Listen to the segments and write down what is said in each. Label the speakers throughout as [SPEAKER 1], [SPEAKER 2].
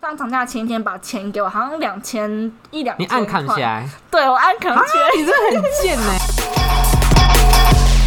[SPEAKER 1] 放长假前一天把钱给我，好像两千一两。
[SPEAKER 2] 你按扛起， 来，啊
[SPEAKER 1] 对我按扛起来。
[SPEAKER 2] 你这很贱呢、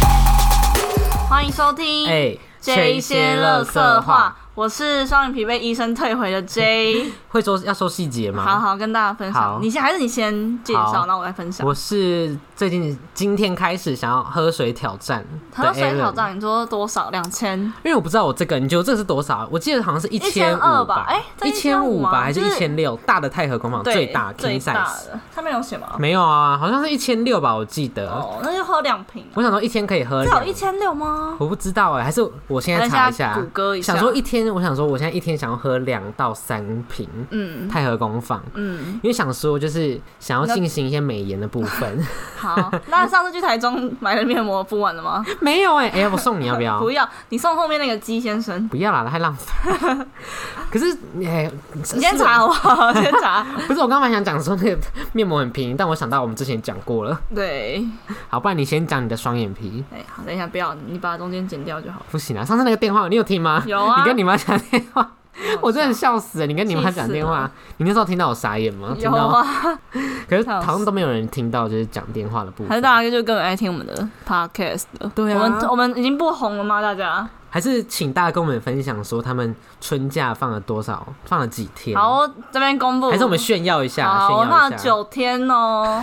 [SPEAKER 1] 欢迎收听
[SPEAKER 2] 哎，
[SPEAKER 1] 这一些乐色话
[SPEAKER 2] 话，，
[SPEAKER 1] 我是双眼皮被医生退回的 J。
[SPEAKER 2] 会说要说细节吗？
[SPEAKER 1] 好好跟大家分
[SPEAKER 2] 好
[SPEAKER 1] 享，你先还是你先介绍，
[SPEAKER 2] 好
[SPEAKER 1] 那我来分享。
[SPEAKER 2] 我是最近今天开始想要喝水挑战的
[SPEAKER 1] 喝水
[SPEAKER 2] Alan
[SPEAKER 1] 挑，战，你说多少？两千
[SPEAKER 2] 因为我不知道我这个，你觉得这个是多少？我记得好像是一千
[SPEAKER 1] 1200
[SPEAKER 2] 五
[SPEAKER 1] 吧哎这
[SPEAKER 2] 一千五
[SPEAKER 1] 1500吗
[SPEAKER 2] 吧，还是
[SPEAKER 1] 就
[SPEAKER 2] 一
[SPEAKER 1] 是
[SPEAKER 2] 千六？大的太和广场哦最大 king
[SPEAKER 1] 最
[SPEAKER 2] size
[SPEAKER 1] 的，他们有写吗？
[SPEAKER 2] 没有啊，好像是一千六吧，我记得。
[SPEAKER 1] 哦，那就喝两瓶。
[SPEAKER 2] 我想说一天可以喝
[SPEAKER 1] 这有
[SPEAKER 2] 两
[SPEAKER 1] 一千六吗？
[SPEAKER 2] 我不知道哎、还是我现在
[SPEAKER 1] 等一
[SPEAKER 2] 查
[SPEAKER 1] 下
[SPEAKER 2] 一下，
[SPEAKER 1] 谷歌一下
[SPEAKER 2] 想说一天，我想说我现在一天想要喝两到三瓶
[SPEAKER 1] 嗯
[SPEAKER 2] 太和工坊，
[SPEAKER 1] 嗯，
[SPEAKER 2] 因为想说就是想要进行一些美颜的 部分。
[SPEAKER 1] 好。那上次去台中买的面膜敷完了吗？
[SPEAKER 2] 没有哎、哎、我送你要不要？
[SPEAKER 1] 欸 不要，你送后面那个鸡先生。
[SPEAKER 2] 不要啦，太浪费。 可是哎、
[SPEAKER 1] 你先查好不好？先 查。
[SPEAKER 2] 不是我刚刚想讲说那个面膜很平，但我想到我们之前讲过了。
[SPEAKER 1] 对，
[SPEAKER 2] 好，不然你先讲你的双眼皮。
[SPEAKER 1] 哎，好，等一下，不要，你把中间剪掉就好。
[SPEAKER 2] 不行啊，上次那个电话你有听吗？
[SPEAKER 1] 有啊
[SPEAKER 2] 你跟你妈讲电 话，我真的
[SPEAKER 1] 是
[SPEAKER 2] 笑死了。你跟你妈
[SPEAKER 1] 气死
[SPEAKER 2] 讲电
[SPEAKER 1] 了
[SPEAKER 2] 话，你那时候听到我傻眼吗？听
[SPEAKER 1] 有
[SPEAKER 2] 到吗
[SPEAKER 1] 啊，
[SPEAKER 2] 可是好像都没有人听到，就是讲电话的部
[SPEAKER 1] 还是
[SPEAKER 2] 分，
[SPEAKER 1] 大家就更爱听我们的 podcast 了。
[SPEAKER 2] 对啊
[SPEAKER 1] 我们我们已经不红了吗？大家？
[SPEAKER 2] 还是请大家跟我们分享说他们春假放了多少，放了几天，
[SPEAKER 1] 好，哦我这边公布。
[SPEAKER 2] 啊还是我们炫耀一下，
[SPEAKER 1] 嗯好，
[SPEAKER 2] 炫
[SPEAKER 1] 我放
[SPEAKER 2] 耀
[SPEAKER 1] 了
[SPEAKER 2] 一下。
[SPEAKER 1] 九天哦，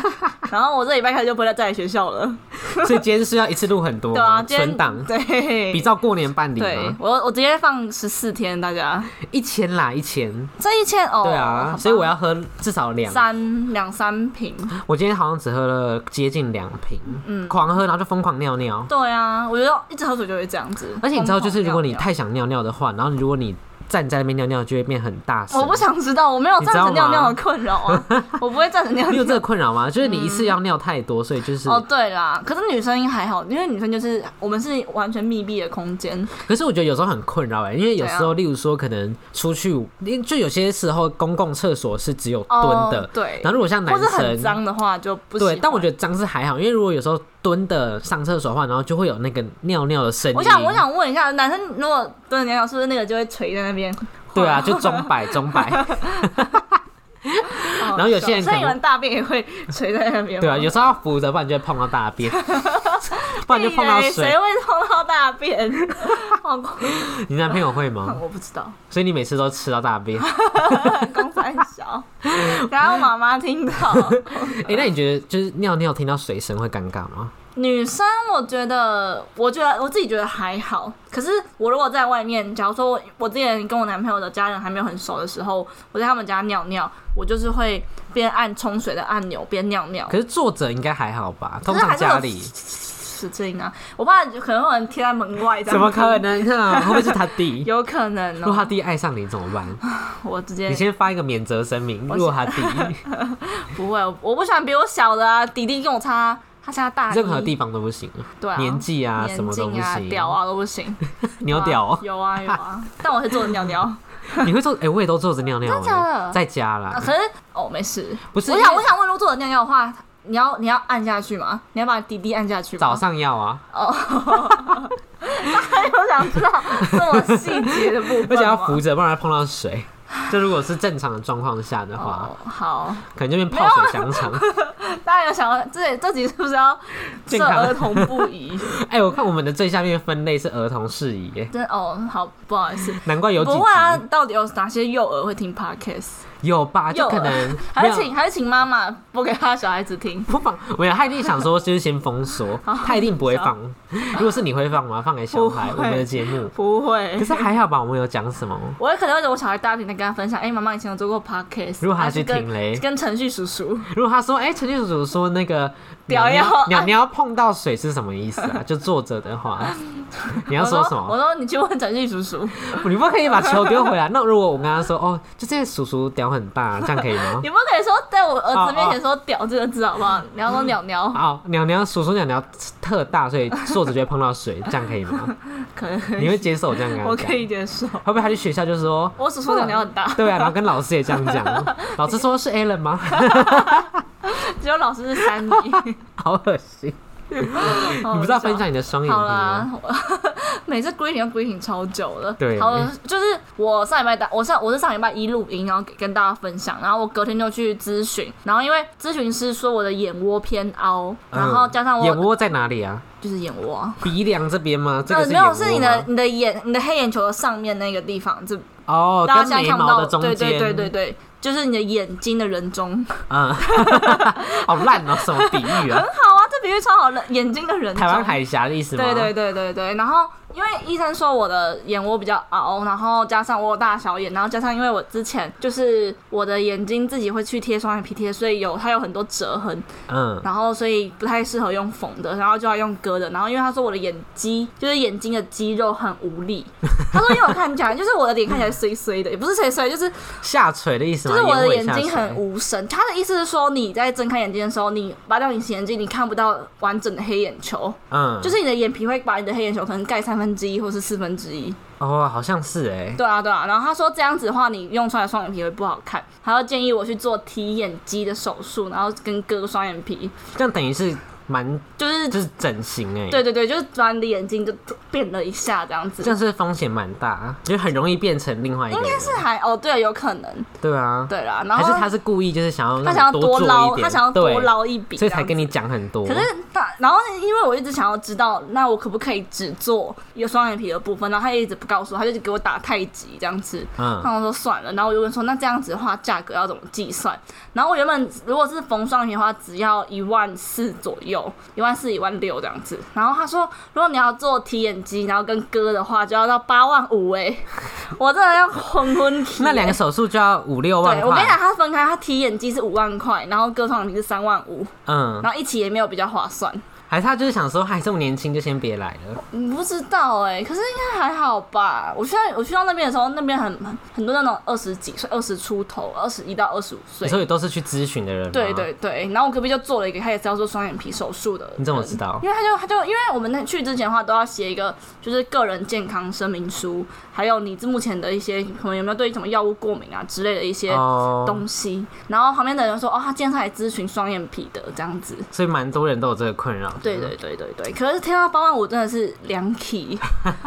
[SPEAKER 1] 然后我这礼拜开始就不再在学校了，
[SPEAKER 2] 所以今天是要一次录很多，
[SPEAKER 1] 对啊，今
[SPEAKER 2] 哦存
[SPEAKER 1] 天
[SPEAKER 2] 档，
[SPEAKER 1] 对，
[SPEAKER 2] 比照过年办理
[SPEAKER 1] 对
[SPEAKER 2] 吗？
[SPEAKER 1] 我我直接放十四天，大家
[SPEAKER 2] 一千啦，一千，
[SPEAKER 1] 这一千哦，
[SPEAKER 2] 对
[SPEAKER 1] 好
[SPEAKER 2] 啊
[SPEAKER 1] 吧，
[SPEAKER 2] 所以我要喝至少两，
[SPEAKER 1] 三两三瓶，
[SPEAKER 2] 我今天好像只喝了接近两瓶，
[SPEAKER 1] 嗯
[SPEAKER 2] 狂喝，然后就疯狂尿尿。
[SPEAKER 1] 对啊，我觉得一直喝水就会这样子，
[SPEAKER 2] 而且你知道，就是如果你
[SPEAKER 1] 疯狂
[SPEAKER 2] 太想尿尿的话，然后如果你站在那边尿尿，就会变很大
[SPEAKER 1] 尿
[SPEAKER 2] 声。
[SPEAKER 1] 尿我不想知道，我没有站着
[SPEAKER 2] 你知
[SPEAKER 1] 尿
[SPEAKER 2] 道吗
[SPEAKER 1] 尿的困扰 啊，我不会站着尿
[SPEAKER 2] 你有这
[SPEAKER 1] 尿。
[SPEAKER 2] 个困扰吗？就是你一次要尿太多，所以就是。
[SPEAKER 1] 嗯哦，对啦，可是女生还好，因为女生就是我们是完全密闭的空间，
[SPEAKER 2] 可是我觉得有时候很困扰哎、因为有时
[SPEAKER 1] 怎
[SPEAKER 2] 候，例如说可能出去，因就有些时候公共厕所是只有蹲
[SPEAKER 1] 哦
[SPEAKER 2] 的，
[SPEAKER 1] 对
[SPEAKER 2] 然，后如果像
[SPEAKER 1] 或
[SPEAKER 2] 男
[SPEAKER 1] 者很
[SPEAKER 2] 生，
[SPEAKER 1] 脏的话就不
[SPEAKER 2] 对，
[SPEAKER 1] 喜
[SPEAKER 2] 但我
[SPEAKER 1] 欢
[SPEAKER 2] 觉得脏是还好，因为如果有时候蹲的上厕所的话，然后就会有那个尿尿的声音。
[SPEAKER 1] 我想，我，想问一下，男生如果蹲着尿尿，是不是那个就会垂在那边？
[SPEAKER 2] 对啊，就钟摆钟摆，
[SPEAKER 1] 然
[SPEAKER 2] 后有些人
[SPEAKER 1] 哦所以
[SPEAKER 2] 可能
[SPEAKER 1] 有人大便也会垂在那边吗。
[SPEAKER 2] 对啊，有时候要扶着，不然就会碰到大 便，不然就碰到
[SPEAKER 1] 屁嘞哎谁
[SPEAKER 2] 水。
[SPEAKER 1] 会碰到大便？ 好恐
[SPEAKER 2] 你男朋友会吗？
[SPEAKER 1] 我不知道，
[SPEAKER 2] 所以你每次都吃到 大便。
[SPEAKER 1] 公三小，然后妈妈听 到。
[SPEAKER 2] 哎、那你觉得就是尿尿听到水声会尴尬吗？
[SPEAKER 1] 女生，我觉得，我觉得我自己觉得还好。可是我如果在外面，假如说我我之前跟我男朋友的家人还没有很熟的时候，我在他们家尿尿，我就是会边按冲水的按钮边尿尿。
[SPEAKER 2] 可是坐着应该还好吧，通
[SPEAKER 1] 是还
[SPEAKER 2] 常
[SPEAKER 1] 是有
[SPEAKER 2] 家里。
[SPEAKER 1] 使劲啊！我爸可能会有人贴在门外，这样
[SPEAKER 2] 怎么可？能 啊呢？会不会是他弟？
[SPEAKER 1] 有可能
[SPEAKER 2] 如果他
[SPEAKER 1] 哦、
[SPEAKER 2] 弟爱上你怎么办？
[SPEAKER 1] 我直接
[SPEAKER 2] 你先发一个免责声明。
[SPEAKER 1] 我
[SPEAKER 2] 如果他弟
[SPEAKER 1] 不会，我不喜欢比我小的啊，弟弟跟我差，他现在大一
[SPEAKER 2] 任何地方都不行，
[SPEAKER 1] 对啊，
[SPEAKER 2] 年纪啊
[SPEAKER 1] 年
[SPEAKER 2] 什么都不
[SPEAKER 1] 纪啊，
[SPEAKER 2] 行，
[SPEAKER 1] 屌啊都不行，。
[SPEAKER 2] 你有屌哦
[SPEAKER 1] 有 啊有啊，但我会坐着尿尿，
[SPEAKER 2] 你会坐？哎，我也都坐着尿尿
[SPEAKER 1] 真的假的
[SPEAKER 2] 欸，在家
[SPEAKER 1] 啊
[SPEAKER 2] 啦。
[SPEAKER 1] 可是哦没事，
[SPEAKER 2] 不是
[SPEAKER 1] 我
[SPEAKER 2] 因
[SPEAKER 1] 想
[SPEAKER 2] 为
[SPEAKER 1] 我想问，如果坐着尿尿的话。你要你要按下去吗？你要把弟弟按下去吗？
[SPEAKER 2] 早上要啊，
[SPEAKER 1] 哦，我想知道这么细节的部分吗，
[SPEAKER 2] 而且要扶着，不然会碰到水。就如果是正常的状况下的话
[SPEAKER 1] 哦，。啊好，
[SPEAKER 2] 可能就变泡水香肠。
[SPEAKER 1] 大家有想到这这集是不是要
[SPEAKER 2] 健
[SPEAKER 1] 设
[SPEAKER 2] 康
[SPEAKER 1] 儿童不宜？
[SPEAKER 2] 哎，我看我们的最下面分类是儿童事宜耶，
[SPEAKER 1] 真哦，好不好意思。
[SPEAKER 2] 难怪有几
[SPEAKER 1] 不会啊，
[SPEAKER 2] 集
[SPEAKER 1] 到底有哪些幼儿会听 podcast？
[SPEAKER 2] 有吧？就
[SPEAKER 1] 幼
[SPEAKER 2] 可
[SPEAKER 1] 儿
[SPEAKER 2] 能没
[SPEAKER 1] 啊还
[SPEAKER 2] 有
[SPEAKER 1] 是请还是请妈妈播给他小孩子听？
[SPEAKER 2] 不放，没有，他一定想说就是先封锁，
[SPEAKER 1] 哦
[SPEAKER 2] 他一定不会放。如果是你会放吗？放给小孩，
[SPEAKER 1] 不
[SPEAKER 2] 我
[SPEAKER 1] 会
[SPEAKER 2] 们的节目。
[SPEAKER 1] 不会
[SPEAKER 2] 可是还好吧，我们有讲什么？
[SPEAKER 1] 我也可能会等我小孩大一点再跟他分享。哎、妈妈以前有做过 podcast，
[SPEAKER 2] 如果他
[SPEAKER 1] 还
[SPEAKER 2] 去
[SPEAKER 1] 是跟
[SPEAKER 2] 听嘞，
[SPEAKER 1] 跟程序叔叔，
[SPEAKER 2] 如果他说，哎、陈建主说那个
[SPEAKER 1] 屌
[SPEAKER 2] 鸟
[SPEAKER 1] 要啊
[SPEAKER 2] 鸟鸟鸟碰到水是什么意思 啊？就坐着的话，你要说什
[SPEAKER 1] 我
[SPEAKER 2] 么？哦
[SPEAKER 1] 说你去问程序叔叔，
[SPEAKER 2] 你不可以把球丢回来。那如果我跟他说，哦，就这叔叔屌很大，这样可以 吗？
[SPEAKER 1] 你不可以说在我儿子面前说“屌”这个字好不好？你要说“鸟鸟
[SPEAKER 2] 哦，鸟鸟叔叔鸟鸟特大，所以坐着就会碰到水，这样可以 吗？”，
[SPEAKER 1] 可能
[SPEAKER 2] 你会接受我这样跟他
[SPEAKER 1] 我
[SPEAKER 2] 讲
[SPEAKER 1] 可以接受。
[SPEAKER 2] 会不会他去学校就说，
[SPEAKER 1] 我叔叔的鸟很大，
[SPEAKER 2] 对啊，然后跟老师也这样 讲，老师说是 Alan 吗？
[SPEAKER 1] 只有老师是三米。 哦
[SPEAKER 2] 好恶心。
[SPEAKER 1] 你
[SPEAKER 2] 你不是要分享你的双眼皮
[SPEAKER 1] 好
[SPEAKER 2] 吗
[SPEAKER 1] 啦？，我 每次 greeting 要 greeting 超久了。
[SPEAKER 2] 对
[SPEAKER 1] 好，就是我上礼拜打，我上我是上礼拜一录音，然后给跟大家分享，然后我隔天就去咨询，然后因为咨询师说我的眼窝偏凹，然后加上我、
[SPEAKER 2] 嗯眼窝在哪里啊？
[SPEAKER 1] 就是眼窝啊，
[SPEAKER 2] 鼻梁这边吗？这个是
[SPEAKER 1] 呃没
[SPEAKER 2] 眼窝
[SPEAKER 1] 有
[SPEAKER 2] 吗
[SPEAKER 1] 是你的你的眼你的黑眼球的上面那个地方，这
[SPEAKER 2] 哦，
[SPEAKER 1] 大家
[SPEAKER 2] 跟
[SPEAKER 1] 现在
[SPEAKER 2] 眉
[SPEAKER 1] 看不
[SPEAKER 2] 毛
[SPEAKER 1] 到，
[SPEAKER 2] 的中
[SPEAKER 1] 对
[SPEAKER 2] 间，
[SPEAKER 1] 对对对对，就是你的眼睛的人中。
[SPEAKER 2] 嗯， 好烂哦，什么比喻啊？
[SPEAKER 1] 好啊，这比喻超好的，眼睛的人中。
[SPEAKER 2] 台湾海峡的意思吗？
[SPEAKER 1] 对对对对对，然后因为医生说我的眼窝比较凹，然后加上我有大小眼，然后加上因为我之前就是我的眼睛自己会去贴双眼皮贴，所以有它有很多折痕，
[SPEAKER 2] 嗯，
[SPEAKER 1] 然后所以不太适合用缝的，然后就要用割的。然后因为他说我的眼肌就是眼睛的肌肉很无力，他说因为我看起来就是我的脸看起来衰衰的，也不是衰衰，就是
[SPEAKER 2] 下垂的意思
[SPEAKER 1] 就
[SPEAKER 2] 吗？
[SPEAKER 1] 是我的
[SPEAKER 2] 尾
[SPEAKER 1] 眼
[SPEAKER 2] 下
[SPEAKER 1] 睛
[SPEAKER 2] 垂
[SPEAKER 1] 很无神。他的意思是说你在睁开眼睛的时候，你拔掉隐形眼镜，你看不到完整的黑眼球。
[SPEAKER 2] 嗯，
[SPEAKER 1] 就是你的眼皮会把你的黑眼球可能盖三分之一或是四分之一。
[SPEAKER 2] 哦，好像是哎，
[SPEAKER 1] 对啊，对啊。然后他说这样子的话，你用出来的双眼皮会不好看，还要建议我去做提眼肌的手术，然后跟割双眼皮，
[SPEAKER 2] 这样等于是蛮
[SPEAKER 1] 就是。
[SPEAKER 2] 就是整形哎，
[SPEAKER 1] 对，对对，就是把你的眼睛就变了一下这样子
[SPEAKER 2] 这，样是风险蛮大，啊就很容易变成另外一个人，
[SPEAKER 1] 是还哦对，有可能
[SPEAKER 2] 对啊，
[SPEAKER 1] 对啦。然
[SPEAKER 2] 还
[SPEAKER 1] 后
[SPEAKER 2] 是他是故意就是想要
[SPEAKER 1] 他
[SPEAKER 2] 让
[SPEAKER 1] 想要
[SPEAKER 2] 你
[SPEAKER 1] 多
[SPEAKER 2] 做
[SPEAKER 1] 捞，
[SPEAKER 2] 一
[SPEAKER 1] 他
[SPEAKER 2] 点，
[SPEAKER 1] 想要多
[SPEAKER 2] 对，
[SPEAKER 1] 捞一笔，
[SPEAKER 2] 所以才
[SPEAKER 1] 这样
[SPEAKER 2] 跟你讲很多，
[SPEAKER 1] 可是他，然后因为我一直想要知道，那我可不可以只做有双眼皮的部分？然后他一直不告诉我，他就一直给我打太极这样子。
[SPEAKER 2] 嗯
[SPEAKER 1] 然后我说算了，然后我就问说，那这样子的话，价格要怎么计算？然后我原本如果是缝双眼皮的话，只要一万四左右，一万四、一万六这样子。然后他说，如果你要做提眼肌，然后跟割的话，就要到八万五哎、我真的要昏 昏去、
[SPEAKER 2] 那两个
[SPEAKER 1] 欸
[SPEAKER 2] 手术就要五六万
[SPEAKER 1] 对，我跟你讲，
[SPEAKER 2] 块，
[SPEAKER 1] 它分开，它提眼肌是五万块，然后割双眼皮是三万五，
[SPEAKER 2] 嗯，
[SPEAKER 1] 然后一起也没有比较划算。
[SPEAKER 2] 还是他就是想说，还这么年轻就先别来了，
[SPEAKER 1] 嗯不知道哎、可是应该还好吧。我去到我去到那边的时候，那边很很很多那种二十几岁、二十出头、二十一到二十五岁，
[SPEAKER 2] 所以都是去咨询的人，
[SPEAKER 1] 对，对对。然后我隔壁就做了一个，他也是要做双眼皮手术的。
[SPEAKER 2] 你怎么知道？
[SPEAKER 1] 因为他就他就因为我们那去之前的话都要写一个就是个人健康声明书，还有你目前的一些可能有没有对什么药物过敏啊之类的一些
[SPEAKER 2] 哦，
[SPEAKER 1] 东西。然后旁边的人说哦，他今天是来咨询双眼皮的这样子。
[SPEAKER 2] 所以蛮多人都有这个困扰。
[SPEAKER 1] 对对对对对，可是听到八万五真的是两 起，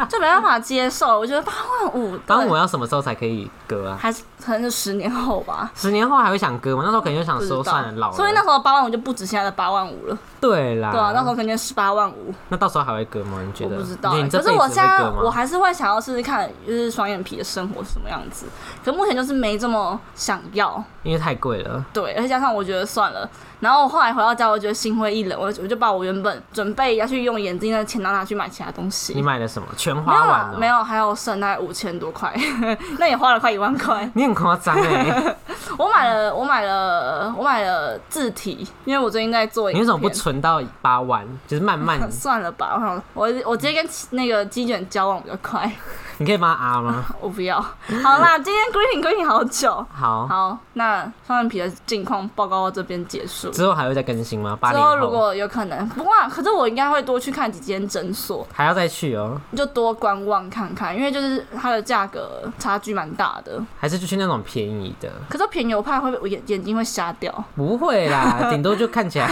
[SPEAKER 1] 就没办法接受。我觉得八万五，
[SPEAKER 2] 当然我要什么时候才可以割啊？
[SPEAKER 1] 还是可能是十年后吧，
[SPEAKER 2] 十年后还会想割吗？那时候肯定就想
[SPEAKER 1] 不知
[SPEAKER 2] 说
[SPEAKER 1] 道。
[SPEAKER 2] 啊算了，老了。
[SPEAKER 1] 所以那时候八万五就不止现在的八万五了，
[SPEAKER 2] 对啦，
[SPEAKER 1] 对啊，那时候肯定十八万五，
[SPEAKER 2] 那到时候还会割吗？你觉
[SPEAKER 1] 我
[SPEAKER 2] 得？
[SPEAKER 1] 不知道、
[SPEAKER 2] 你
[SPEAKER 1] 欸。
[SPEAKER 2] 这
[SPEAKER 1] 可是
[SPEAKER 2] 辈子
[SPEAKER 1] 我
[SPEAKER 2] 会
[SPEAKER 1] 现在
[SPEAKER 2] 割吗？
[SPEAKER 1] 我还是会想要试试看，就是双眼皮的生活是什么样子。可目前就是没这么想要，
[SPEAKER 2] 因为太贵了。
[SPEAKER 1] 对，而且加上我觉得算了，然后我后来回到家，我觉得心灰意冷，我就我就把我原本准备要去用眼睛的钱，然后拿去买其他东西。
[SPEAKER 2] 你买了什么？全
[SPEAKER 1] 没有
[SPEAKER 2] 花哦完
[SPEAKER 1] 啦
[SPEAKER 2] 了？
[SPEAKER 1] 没，有，还啊有剩大概五千多块， 那也花了快一万 块。
[SPEAKER 2] 你很夸 张哎！
[SPEAKER 1] 我买了，我买了，我买了字体，因为我最近在做影
[SPEAKER 2] 你为
[SPEAKER 1] 片。，
[SPEAKER 2] 什么不存到八万？就是慢慢
[SPEAKER 1] 算了吧，我想我我直接跟那个鸡卷交往比较快，
[SPEAKER 2] 你可以帮他啊吗？
[SPEAKER 1] 我不要。好啦，今天 greeting greeting 好久。
[SPEAKER 2] 好，
[SPEAKER 1] 好，那双眼皮的近况报告到这边结束。
[SPEAKER 2] 之后还会再更新吗？八
[SPEAKER 1] 之
[SPEAKER 2] 年
[SPEAKER 1] 后如果有可能，不过啊可是我应该会多去看几间诊所，
[SPEAKER 2] 还要再去哦，
[SPEAKER 1] 就多观望看看，因为就是它的价格差距蛮大的。
[SPEAKER 2] 还是就去那种便宜的？
[SPEAKER 1] 可是偏油派会不会眼眼睛会瞎掉？
[SPEAKER 2] 不会 啦，顶多就看起来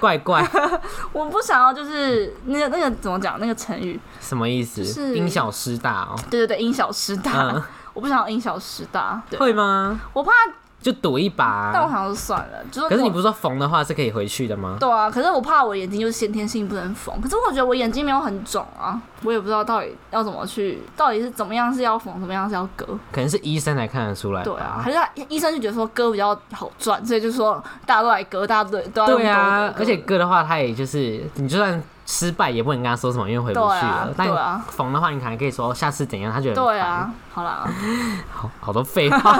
[SPEAKER 2] 怪怪，
[SPEAKER 1] 我不想要，就是那个那个怎么讲那个成语？
[SPEAKER 2] 什么意思
[SPEAKER 1] 就是？
[SPEAKER 2] 因小失大哦。
[SPEAKER 1] 对对对，因小失大。
[SPEAKER 2] 嗯
[SPEAKER 1] 我不想要因小失大，对，
[SPEAKER 2] 会吗？
[SPEAKER 1] 我怕，
[SPEAKER 2] 就赌一把
[SPEAKER 1] 但我
[SPEAKER 2] 啊。
[SPEAKER 1] 想说算了，就是我
[SPEAKER 2] 可是你不是说缝的话是可以回去的吗？
[SPEAKER 1] 对啊，可是我怕我眼睛就是先天性不能缝，可是我觉得我眼睛没有很肿啊，我也不知道到底要怎么去，到底是怎么样是要缝，怎么样是要割，
[SPEAKER 2] 可能是医生才看得出来。
[SPEAKER 1] 对啊，。还是他医生就觉得说割比较好赚，所以就说大家都来割，大家都都要用
[SPEAKER 2] 对啊
[SPEAKER 1] 割，的
[SPEAKER 2] 而且割的话，他也就是你就算失败也不能跟他说什么，因为回不去
[SPEAKER 1] 对啊
[SPEAKER 2] 了。但
[SPEAKER 1] 对啊
[SPEAKER 2] 缝的话，你可能可以说哦下次怎样，他觉得很
[SPEAKER 1] 对
[SPEAKER 2] 烦，
[SPEAKER 1] 啊，好啦，
[SPEAKER 2] 好好多废话。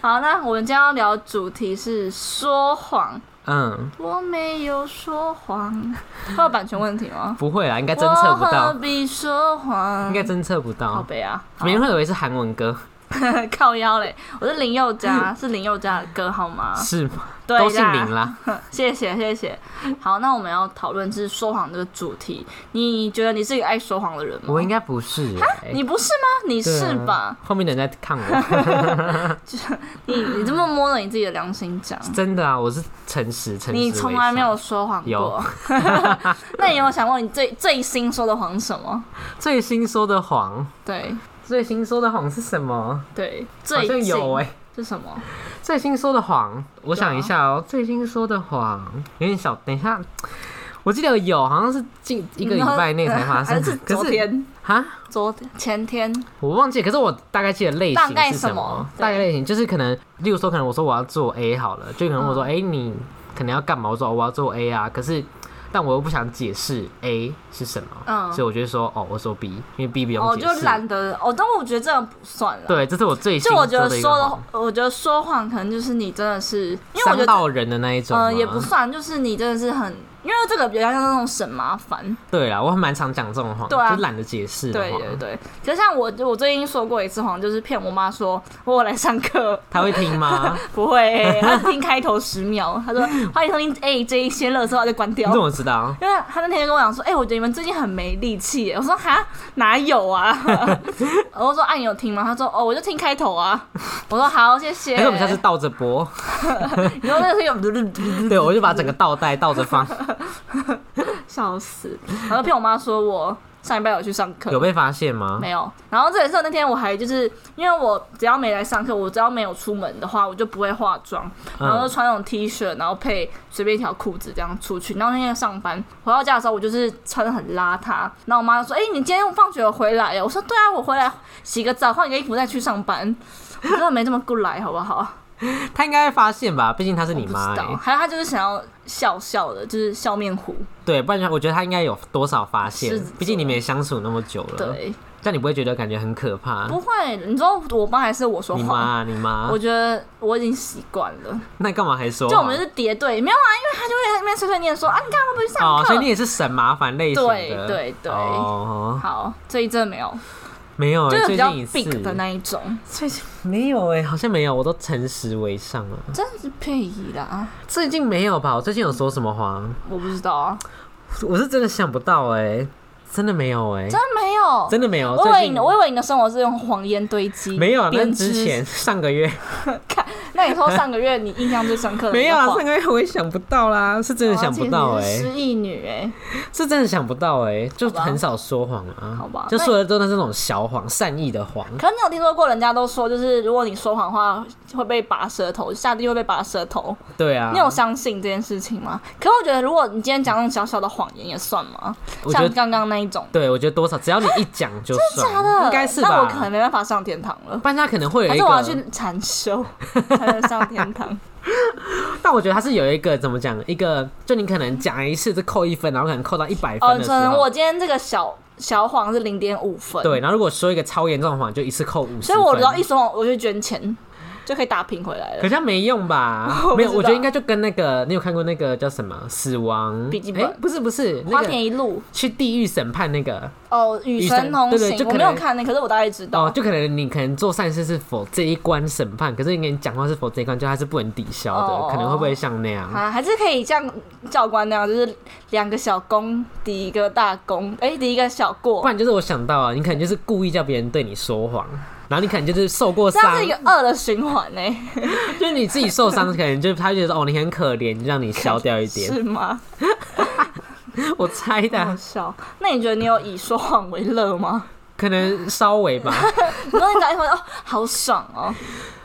[SPEAKER 1] 好，那我们今天要聊的主题是说谎。
[SPEAKER 2] 嗯，
[SPEAKER 1] 我没有说谎，会有版权问题吗？
[SPEAKER 2] 不会啦，应该侦测不
[SPEAKER 1] 我
[SPEAKER 2] 到
[SPEAKER 1] 何，必说谎？
[SPEAKER 2] 应该侦测不到
[SPEAKER 1] 好。悲啊！好
[SPEAKER 2] 没人会以为是韩文歌，
[SPEAKER 1] 靠腰嘞，我是林宥嘉，是林宥嘉的歌好吗？
[SPEAKER 2] 是吗？
[SPEAKER 1] 对啊对
[SPEAKER 2] 都姓
[SPEAKER 1] 啦
[SPEAKER 2] 林啦。
[SPEAKER 1] 谢谢谢谢。好，那我们要讨论就是说谎这个主题。你觉得你是一个爱说谎的人吗？
[SPEAKER 2] 我应该不是、欸，
[SPEAKER 1] 你不是吗？你
[SPEAKER 2] 对啊
[SPEAKER 1] 是吧？？
[SPEAKER 2] 后面的人在看我，
[SPEAKER 1] 你你这么摸着你自己的良心讲，
[SPEAKER 2] 真的啊，我是诚实诚实。
[SPEAKER 1] 你从来没有说谎过
[SPEAKER 2] 有。
[SPEAKER 1] 那你有没有想过你最最新说的谎是什么？
[SPEAKER 2] 最新说的谎，
[SPEAKER 1] 对
[SPEAKER 2] 最新说的谎是什么？
[SPEAKER 1] 对，
[SPEAKER 2] 好
[SPEAKER 1] 最
[SPEAKER 2] 像
[SPEAKER 1] 近
[SPEAKER 2] 有哎、
[SPEAKER 1] 是什么？
[SPEAKER 2] 最新说的谎，我想一下
[SPEAKER 1] 啊
[SPEAKER 2] 哦、最新说的谎有点小，等一下，我记得有，好像是近一个礼拜内才发 生
[SPEAKER 1] 还是，
[SPEAKER 2] 可
[SPEAKER 1] 昨
[SPEAKER 2] 是
[SPEAKER 1] 天？
[SPEAKER 2] 啊，
[SPEAKER 1] 昨天前天？
[SPEAKER 2] 我忘记，可是我大概记得类
[SPEAKER 1] 大概
[SPEAKER 2] 型是
[SPEAKER 1] 什么对
[SPEAKER 2] 大概类型就是可能，例如说，可能我说我要做 A 好了，就可能我说，哎、你可能要干嘛？我说哦我要做 A 啊，可是但我又不想解释 A 是什么，
[SPEAKER 1] 嗯
[SPEAKER 2] 所以我就说，哦，我说 B，因为 B 不
[SPEAKER 1] 哦，
[SPEAKER 2] 用解
[SPEAKER 1] 就
[SPEAKER 2] 释。
[SPEAKER 1] 懒得哦，但我觉得这样不算了。
[SPEAKER 2] 对，这是我最新
[SPEAKER 1] 就我觉得
[SPEAKER 2] 的一个
[SPEAKER 1] 说的
[SPEAKER 2] 谎，
[SPEAKER 1] 我觉得说谎可能就是你真的是，因为我觉
[SPEAKER 2] 伤
[SPEAKER 1] 得
[SPEAKER 2] 到人的那一种吗、
[SPEAKER 1] 呃也不算，就是你真的是很，因为这个比较像那种省麻烦。
[SPEAKER 2] 对啊啦，我蛮常讲这种谎，
[SPEAKER 1] 对啊
[SPEAKER 2] 就懒得解释的
[SPEAKER 1] 对
[SPEAKER 2] 谎。
[SPEAKER 1] 对对，可是像我，我最近说过一次谎，就是骗我妈说我有来上课，
[SPEAKER 2] 他会 听吗？
[SPEAKER 1] 不会、欸，她只听开头十秒， 她说欢迎收听哎 A J 先乐之后就关
[SPEAKER 2] 你
[SPEAKER 1] 掉
[SPEAKER 2] 怎。么知 道？
[SPEAKER 1] 因为她那天就跟我讲说，哎、我觉得你们最近很没力气耶。我说哈，哪有 啊？然后说啊，你有听吗？她说哦，我就听开头啊。我说好，谢谢。
[SPEAKER 2] 还是我们下次倒着 播？
[SPEAKER 1] 你说那个是有
[SPEAKER 2] 对，我就把整个倒带倒着放，
[SPEAKER 1] 笑死，然后骗我妈说我上礼拜有去上课
[SPEAKER 2] 有，被发现吗？
[SPEAKER 1] 没有。然后这也是我那天我还就是因为我只要没来上课，我只要没有出门的话，我就不会化妆，
[SPEAKER 2] 嗯
[SPEAKER 1] 然后就穿那种 T 恤，然后配随便一条裤子这样出去。然后那天上班回到家的时候，我就是穿的很邋遢。然后我妈就说：“哎、你今天放学有回来哦？”我说：“对啊，我回来洗个澡，换个衣服再去上班。”我真的没这么过来，好不好？
[SPEAKER 2] 他应该会发现吧，毕竟他是 你
[SPEAKER 1] 不知
[SPEAKER 2] 妈、
[SPEAKER 1] 道，
[SPEAKER 2] 欸。
[SPEAKER 1] 还有她就是想要笑笑的，就是笑面虎。
[SPEAKER 2] 对，不然我觉得他应该有多少发现
[SPEAKER 1] 狮子座，
[SPEAKER 2] 毕竟你们也相处那么久了。，
[SPEAKER 1] 对，
[SPEAKER 2] 但你不会觉得感觉很可怕？
[SPEAKER 1] 不会，你知道我妈还是我说
[SPEAKER 2] 你
[SPEAKER 1] 谎，
[SPEAKER 2] 妈，你妈
[SPEAKER 1] 我，觉得我已经习惯了。
[SPEAKER 2] 那你干嘛还说谎？
[SPEAKER 1] 就我们是叠对，没有啊，因为他就会在那边碎碎念说啊，你干嘛不去上
[SPEAKER 2] 哦，
[SPEAKER 1] 课？
[SPEAKER 2] 所以你也是省麻烦类型的。
[SPEAKER 1] 对对对
[SPEAKER 2] 哦，
[SPEAKER 1] 好，这一阵没有，
[SPEAKER 2] 没有
[SPEAKER 1] 就
[SPEAKER 2] 欸，
[SPEAKER 1] 是
[SPEAKER 2] 最
[SPEAKER 1] 比较
[SPEAKER 2] 近一
[SPEAKER 1] big 的
[SPEAKER 2] 次，
[SPEAKER 1] 那一种，
[SPEAKER 2] 最近没有哎，好像没有，我都诚实为上了。
[SPEAKER 1] 真的是配仪啦，
[SPEAKER 2] 最近没有吧？我最近有说什么谎？
[SPEAKER 1] 我不知道啊，
[SPEAKER 2] 我是真的想不到哎、真的没有哎、
[SPEAKER 1] 真的没有，
[SPEAKER 2] 真的没有。
[SPEAKER 1] 我以
[SPEAKER 2] 最
[SPEAKER 1] 为
[SPEAKER 2] 近
[SPEAKER 1] 你，我以为你的生活是用谎言堆积，
[SPEAKER 2] 没有啊，那
[SPEAKER 1] 编织
[SPEAKER 2] 之前上个月
[SPEAKER 1] 看，那你说上个月你印象最深刻的
[SPEAKER 2] 没有啊，上
[SPEAKER 1] 真
[SPEAKER 2] 个月我也想不到啦，是真的
[SPEAKER 1] 啊
[SPEAKER 2] 想不到哎、
[SPEAKER 1] 失忆女哎，
[SPEAKER 2] 是真的想不到哎、就
[SPEAKER 1] 好吧
[SPEAKER 2] 很少说谎啊，
[SPEAKER 1] 好吧
[SPEAKER 2] 就说的都是那种小谎、善意的谎。
[SPEAKER 1] 可是你有听说过人家都说，就是如果你说谎的话会被拔舌头，下地会被拔舌头，
[SPEAKER 2] 对啊
[SPEAKER 1] 你，有相信这件事情吗？可我觉得，如果你今天讲那种小小的谎言也算吗？
[SPEAKER 2] 我觉
[SPEAKER 1] 像
[SPEAKER 2] 得
[SPEAKER 1] 刚刚那一种，
[SPEAKER 2] 对我觉得多少，只要你一讲就算，
[SPEAKER 1] 真的
[SPEAKER 2] 应该是
[SPEAKER 1] 那我可
[SPEAKER 2] 吧
[SPEAKER 1] 能。没办法上天堂了，
[SPEAKER 2] 不然他可能会有
[SPEAKER 1] 还
[SPEAKER 2] 一
[SPEAKER 1] 是
[SPEAKER 2] 个，
[SPEAKER 1] 我要去禅 修才能上天堂？
[SPEAKER 2] 但我觉得他是有一个怎么讲，一个就你可能讲一次就扣一分，然后可能扣到一百
[SPEAKER 1] 哦，
[SPEAKER 2] 分的
[SPEAKER 1] 可
[SPEAKER 2] 时候，
[SPEAKER 1] 能我今天这个小小谎是零点五分，，
[SPEAKER 2] 对，然后如果说一个超严重的谎，就一次扣五十。
[SPEAKER 1] 所以我只要一，说谎，我就捐钱，就可以打平回来
[SPEAKER 2] 可
[SPEAKER 1] 了
[SPEAKER 2] 是。它没用吧
[SPEAKER 1] 我？不
[SPEAKER 2] 没有，
[SPEAKER 1] 知
[SPEAKER 2] 我觉得
[SPEAKER 1] 道
[SPEAKER 2] 应该就跟那个，你有看过那个叫什么《死亡
[SPEAKER 1] 笔记
[SPEAKER 2] 诶
[SPEAKER 1] 本
[SPEAKER 2] 不是不是，那
[SPEAKER 1] 花
[SPEAKER 2] 个
[SPEAKER 1] 田一路
[SPEAKER 2] 去地狱审判那个
[SPEAKER 1] 哦，与神同
[SPEAKER 2] 对对
[SPEAKER 1] 行
[SPEAKER 2] 就，
[SPEAKER 1] 我
[SPEAKER 2] 可
[SPEAKER 1] 没有
[SPEAKER 2] 能
[SPEAKER 1] 看那，可是我大概知
[SPEAKER 2] 哦，
[SPEAKER 1] 道。
[SPEAKER 2] 就可能你可能做善事是否这一关审判，可是你讲话是否这一关，就它是不能抵消的，
[SPEAKER 1] 哦
[SPEAKER 2] 可能会不会像那样？
[SPEAKER 1] 啊，还是可以像教官那样，就是两个小功抵一个大功，哎、抵一个小过
[SPEAKER 2] 不，然就是我想到啊，你可能就是故意叫别人对你说谎，然后你可能就是受过
[SPEAKER 1] 这样
[SPEAKER 2] 伤
[SPEAKER 1] 是一，个恶的循环呢、
[SPEAKER 2] 就是你自己受伤，可能就他就觉得哦你很可怜，就让你消掉一 点。
[SPEAKER 1] 是吗？
[SPEAKER 2] 我猜的
[SPEAKER 1] 好
[SPEAKER 2] 啊，
[SPEAKER 1] 笑。那你觉得你有以说谎为乐吗？
[SPEAKER 2] 可能稍微吧。
[SPEAKER 1] 你说你打电话哦，好爽哦，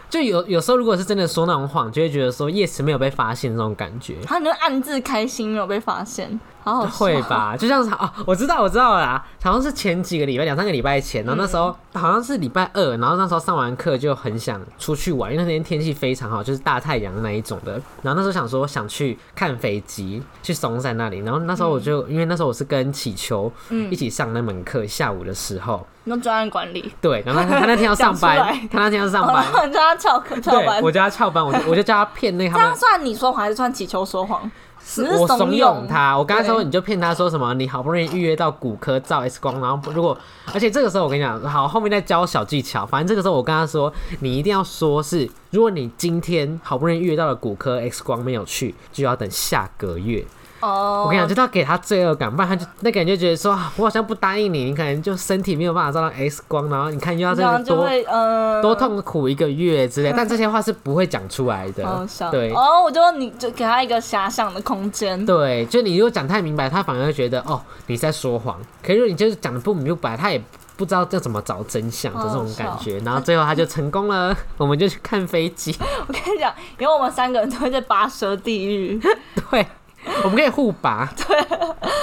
[SPEAKER 2] 就有有时候，如果是真的说那种谎，就会觉得说 yes 没有被发现这种感觉，
[SPEAKER 1] 然后你就暗自开心没有被发现，好好笑
[SPEAKER 2] 会？吧？就像是哦，我知道我知道了啦，好像是前几个礼拜两三个礼拜前，
[SPEAKER 1] 嗯
[SPEAKER 2] 然后那时候、好像是礼拜二，然后那时候上完课就很想出去玩，因为那天天气非常好，就是大太阳那一种的。然后那时候想说想去看飞机，去松山那里。然后那时候我就、
[SPEAKER 1] 嗯
[SPEAKER 2] 因为那时候我是跟祈求一起上那门课，下午的时候，
[SPEAKER 1] 你说专案管理，
[SPEAKER 2] 对，然后 他他那天要
[SPEAKER 1] 讲
[SPEAKER 2] 上
[SPEAKER 1] 出
[SPEAKER 2] 班
[SPEAKER 1] 来，
[SPEAKER 2] 他那天要上
[SPEAKER 1] 哦
[SPEAKER 2] 班
[SPEAKER 1] 然。后你叫他翘课翘
[SPEAKER 2] 对，
[SPEAKER 1] 班
[SPEAKER 2] 我，叫他翘班，我就我就叫他骗那个
[SPEAKER 1] 这
[SPEAKER 2] 他们
[SPEAKER 1] 样算你说谎还是算祈求说谎？是
[SPEAKER 2] 我
[SPEAKER 1] 怂
[SPEAKER 2] 怂恿他，我刚才说
[SPEAKER 1] 对
[SPEAKER 2] 你就骗他说什么，你好不容易预约到骨科照 X 光，然后如果，而且这个时候我跟你讲，好，后面再教小技巧，反正这个时候我跟他说，你一定要说是，如果你今天好不容易预约到了骨科 X 光没有去，就要等下个月。
[SPEAKER 1] 哦。
[SPEAKER 2] 我跟你讲，就是要给他罪恶感，不然他就那个人就觉得说，啊我好像不答应你，你可能就身体没有办法照到 X 光，然后你看又要这
[SPEAKER 1] 这样
[SPEAKER 2] 样
[SPEAKER 1] 就
[SPEAKER 2] 多
[SPEAKER 1] 会呃
[SPEAKER 2] 多痛苦一个月之类，但这些话是不会讲出来
[SPEAKER 1] 好
[SPEAKER 2] 的
[SPEAKER 1] 笑。，
[SPEAKER 2] 对。
[SPEAKER 1] 哦，我就你就给他一个遐想的空间。
[SPEAKER 2] 对，就你如果讲太明白，他反而会觉得哦你在说谎。可是如果你就是讲的不明不白，他也不知道要怎么找真相的这种感觉。哦然后最后他就成功了，我们就去看飞机。
[SPEAKER 1] 我跟你讲，因为我们三个人都会在拔舌地狱。
[SPEAKER 2] 对，我们可以互拔。 对，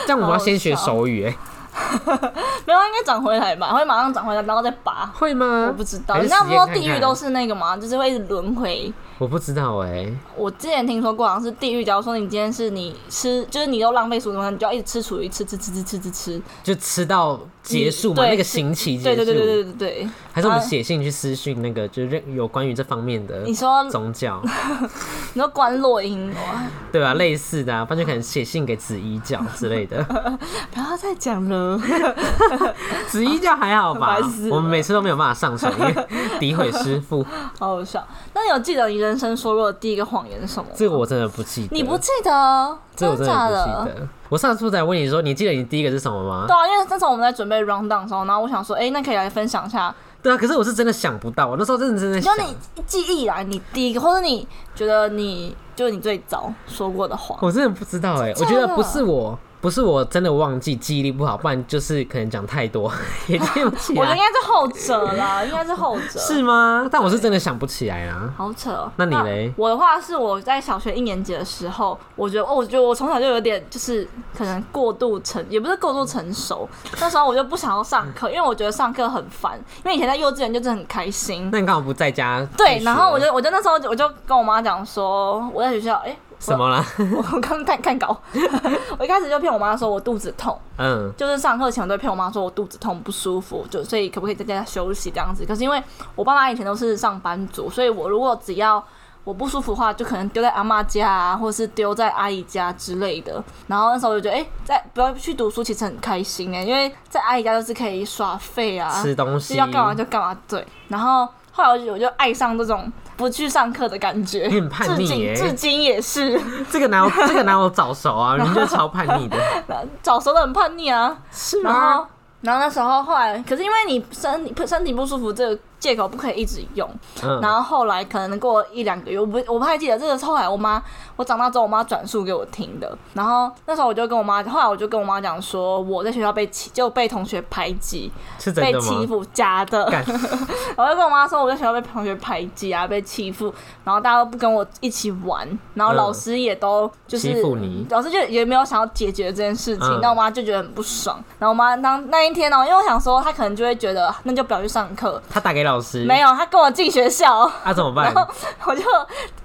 [SPEAKER 2] 这样我们要先学手语、哎，
[SPEAKER 1] 没有，应该长回来吧，会马上长回来，然后再拔。
[SPEAKER 2] 会吗？
[SPEAKER 1] 我不知道，
[SPEAKER 2] 嗯还
[SPEAKER 1] 你
[SPEAKER 2] 是
[SPEAKER 1] 知道
[SPEAKER 2] 实验
[SPEAKER 1] 说
[SPEAKER 2] 看
[SPEAKER 1] 地狱
[SPEAKER 2] 看
[SPEAKER 1] 都是那个吗？就是会一直轮回。
[SPEAKER 2] 我不知道哎、
[SPEAKER 1] 我之前听说过，好像是地狱。假如说你今天是你吃，就是你都浪费什么，你就要一直吃处于吃吃吃吃吃吃吃。
[SPEAKER 2] 就吃到结束嘛，
[SPEAKER 1] 嗯对
[SPEAKER 2] 那个刑期结
[SPEAKER 1] 对对
[SPEAKER 2] 束。
[SPEAKER 1] 对对对对对，
[SPEAKER 2] 还是我们写信去私讯那个，就是有关于这方面的
[SPEAKER 1] 你说你
[SPEAKER 2] 宗教，
[SPEAKER 1] 说关洛音，哇
[SPEAKER 2] 对吧、类似的、啊，不然就可能写信给紫衣教之类的。
[SPEAKER 1] 不要再讲了。
[SPEAKER 2] 紫衣教还好吧
[SPEAKER 1] 烦死？了
[SPEAKER 2] 我们每次都没有办法上手，因为诋毁师 傅，
[SPEAKER 1] 好好笑。那你有记得你人生说过的第一个谎言是什么吗？
[SPEAKER 2] 这个我真的不记得。
[SPEAKER 1] 你不记得？
[SPEAKER 2] 这我
[SPEAKER 1] 真
[SPEAKER 2] 真
[SPEAKER 1] 的
[SPEAKER 2] 的
[SPEAKER 1] 假
[SPEAKER 2] 不
[SPEAKER 1] 的？
[SPEAKER 2] 记得。我上次才问你说，你记得你第一个是什么吗
[SPEAKER 1] 对？啊，因为那时候我们在准备 round down 的时候，然后我想说，哎、那可以来分享一下，
[SPEAKER 2] 对啊，可是我是真的想不到，我那时候认真的
[SPEAKER 1] 就
[SPEAKER 2] 想。
[SPEAKER 1] 你记忆以来你第一个，或者你觉得你就是你最早说过的话。
[SPEAKER 2] 我真的不知道哎、我
[SPEAKER 1] 假
[SPEAKER 2] 觉
[SPEAKER 1] 的
[SPEAKER 2] 得不是我，不是我真的忘记，记忆力不好，不然就是可能讲太多 也记不起
[SPEAKER 1] 我觉得应
[SPEAKER 2] 来，
[SPEAKER 1] 该是后者啦，应该是后者。
[SPEAKER 2] 是吗？但我是真的想不起来啊啦。
[SPEAKER 1] 好扯哦。
[SPEAKER 2] 那你嘞
[SPEAKER 1] 我的话是我在小学一年级的时候，我觉得，哦，我觉得我从小就有点就是可能过度成，也不是过度成熟。那时候我就不想要上课，因为我觉得上课很烦。因为以前在幼稚园就是很开心。
[SPEAKER 2] 那你刚好不在家？
[SPEAKER 1] 对，然后我就我就那时候我就跟我妈讲说，我在学校，哎、
[SPEAKER 2] 什么啦？
[SPEAKER 1] 我 我刚看看稿，我一开始就骗我妈说我肚子痛，
[SPEAKER 2] 嗯，
[SPEAKER 1] 就是上课前我都会骗我妈说我肚子痛不舒服，就所以可不可以在家休息这样子。可是因为我爸妈以前都是上班族，所以我如果只要我不舒服的话，就可能丢在阿妈家啊，或是丢在阿姨家之类的。然后那时候我就觉得，哎、在不要去读书其实很开心哎、因为在阿姨家就是可以耍废啊，
[SPEAKER 2] 吃东
[SPEAKER 1] 就
[SPEAKER 2] 西
[SPEAKER 1] 要干嘛就干嘛对。然后后来我就我就爱上这种不去上课的感觉，
[SPEAKER 2] 你很叛逆
[SPEAKER 1] 至
[SPEAKER 2] 耶
[SPEAKER 1] 今至今也是，
[SPEAKER 2] 这个哪有这个哪有早 熟啊？人家超叛逆的，
[SPEAKER 1] 早熟的很叛逆啊。
[SPEAKER 2] 是
[SPEAKER 1] 然后，然后那时候后来，可是因为你身体身体不舒服，这个借口不可以一直用。
[SPEAKER 2] 嗯
[SPEAKER 1] 然后后来可能过一两个月，我不我不太记得，这个是后来我妈我长大之后我妈转述给我听的。然后那时候我就跟我妈，后来我就跟我妈讲说，我在学校被欺，就被同学排挤，
[SPEAKER 2] 是真
[SPEAKER 1] 被
[SPEAKER 2] 的
[SPEAKER 1] 欺
[SPEAKER 2] 吗？
[SPEAKER 1] 负，假的。
[SPEAKER 2] 干
[SPEAKER 1] 我就跟我妈说，我在学校被同学排挤啊，被欺负，然后大家都不跟我一起玩，然后
[SPEAKER 2] 嗯
[SPEAKER 1] 老师也都就是、
[SPEAKER 2] 欺负你
[SPEAKER 1] 老师就也没有想要解决这件事情
[SPEAKER 2] 嗯，
[SPEAKER 1] 那、我妈就觉得很不爽。然后我妈当那一天哦呢、因为我想说，她可能就会觉得啊那就不要去上课，
[SPEAKER 2] 他打给老师，
[SPEAKER 1] 没有，她跟我进学校，
[SPEAKER 2] 啊？怎么办？
[SPEAKER 1] 我就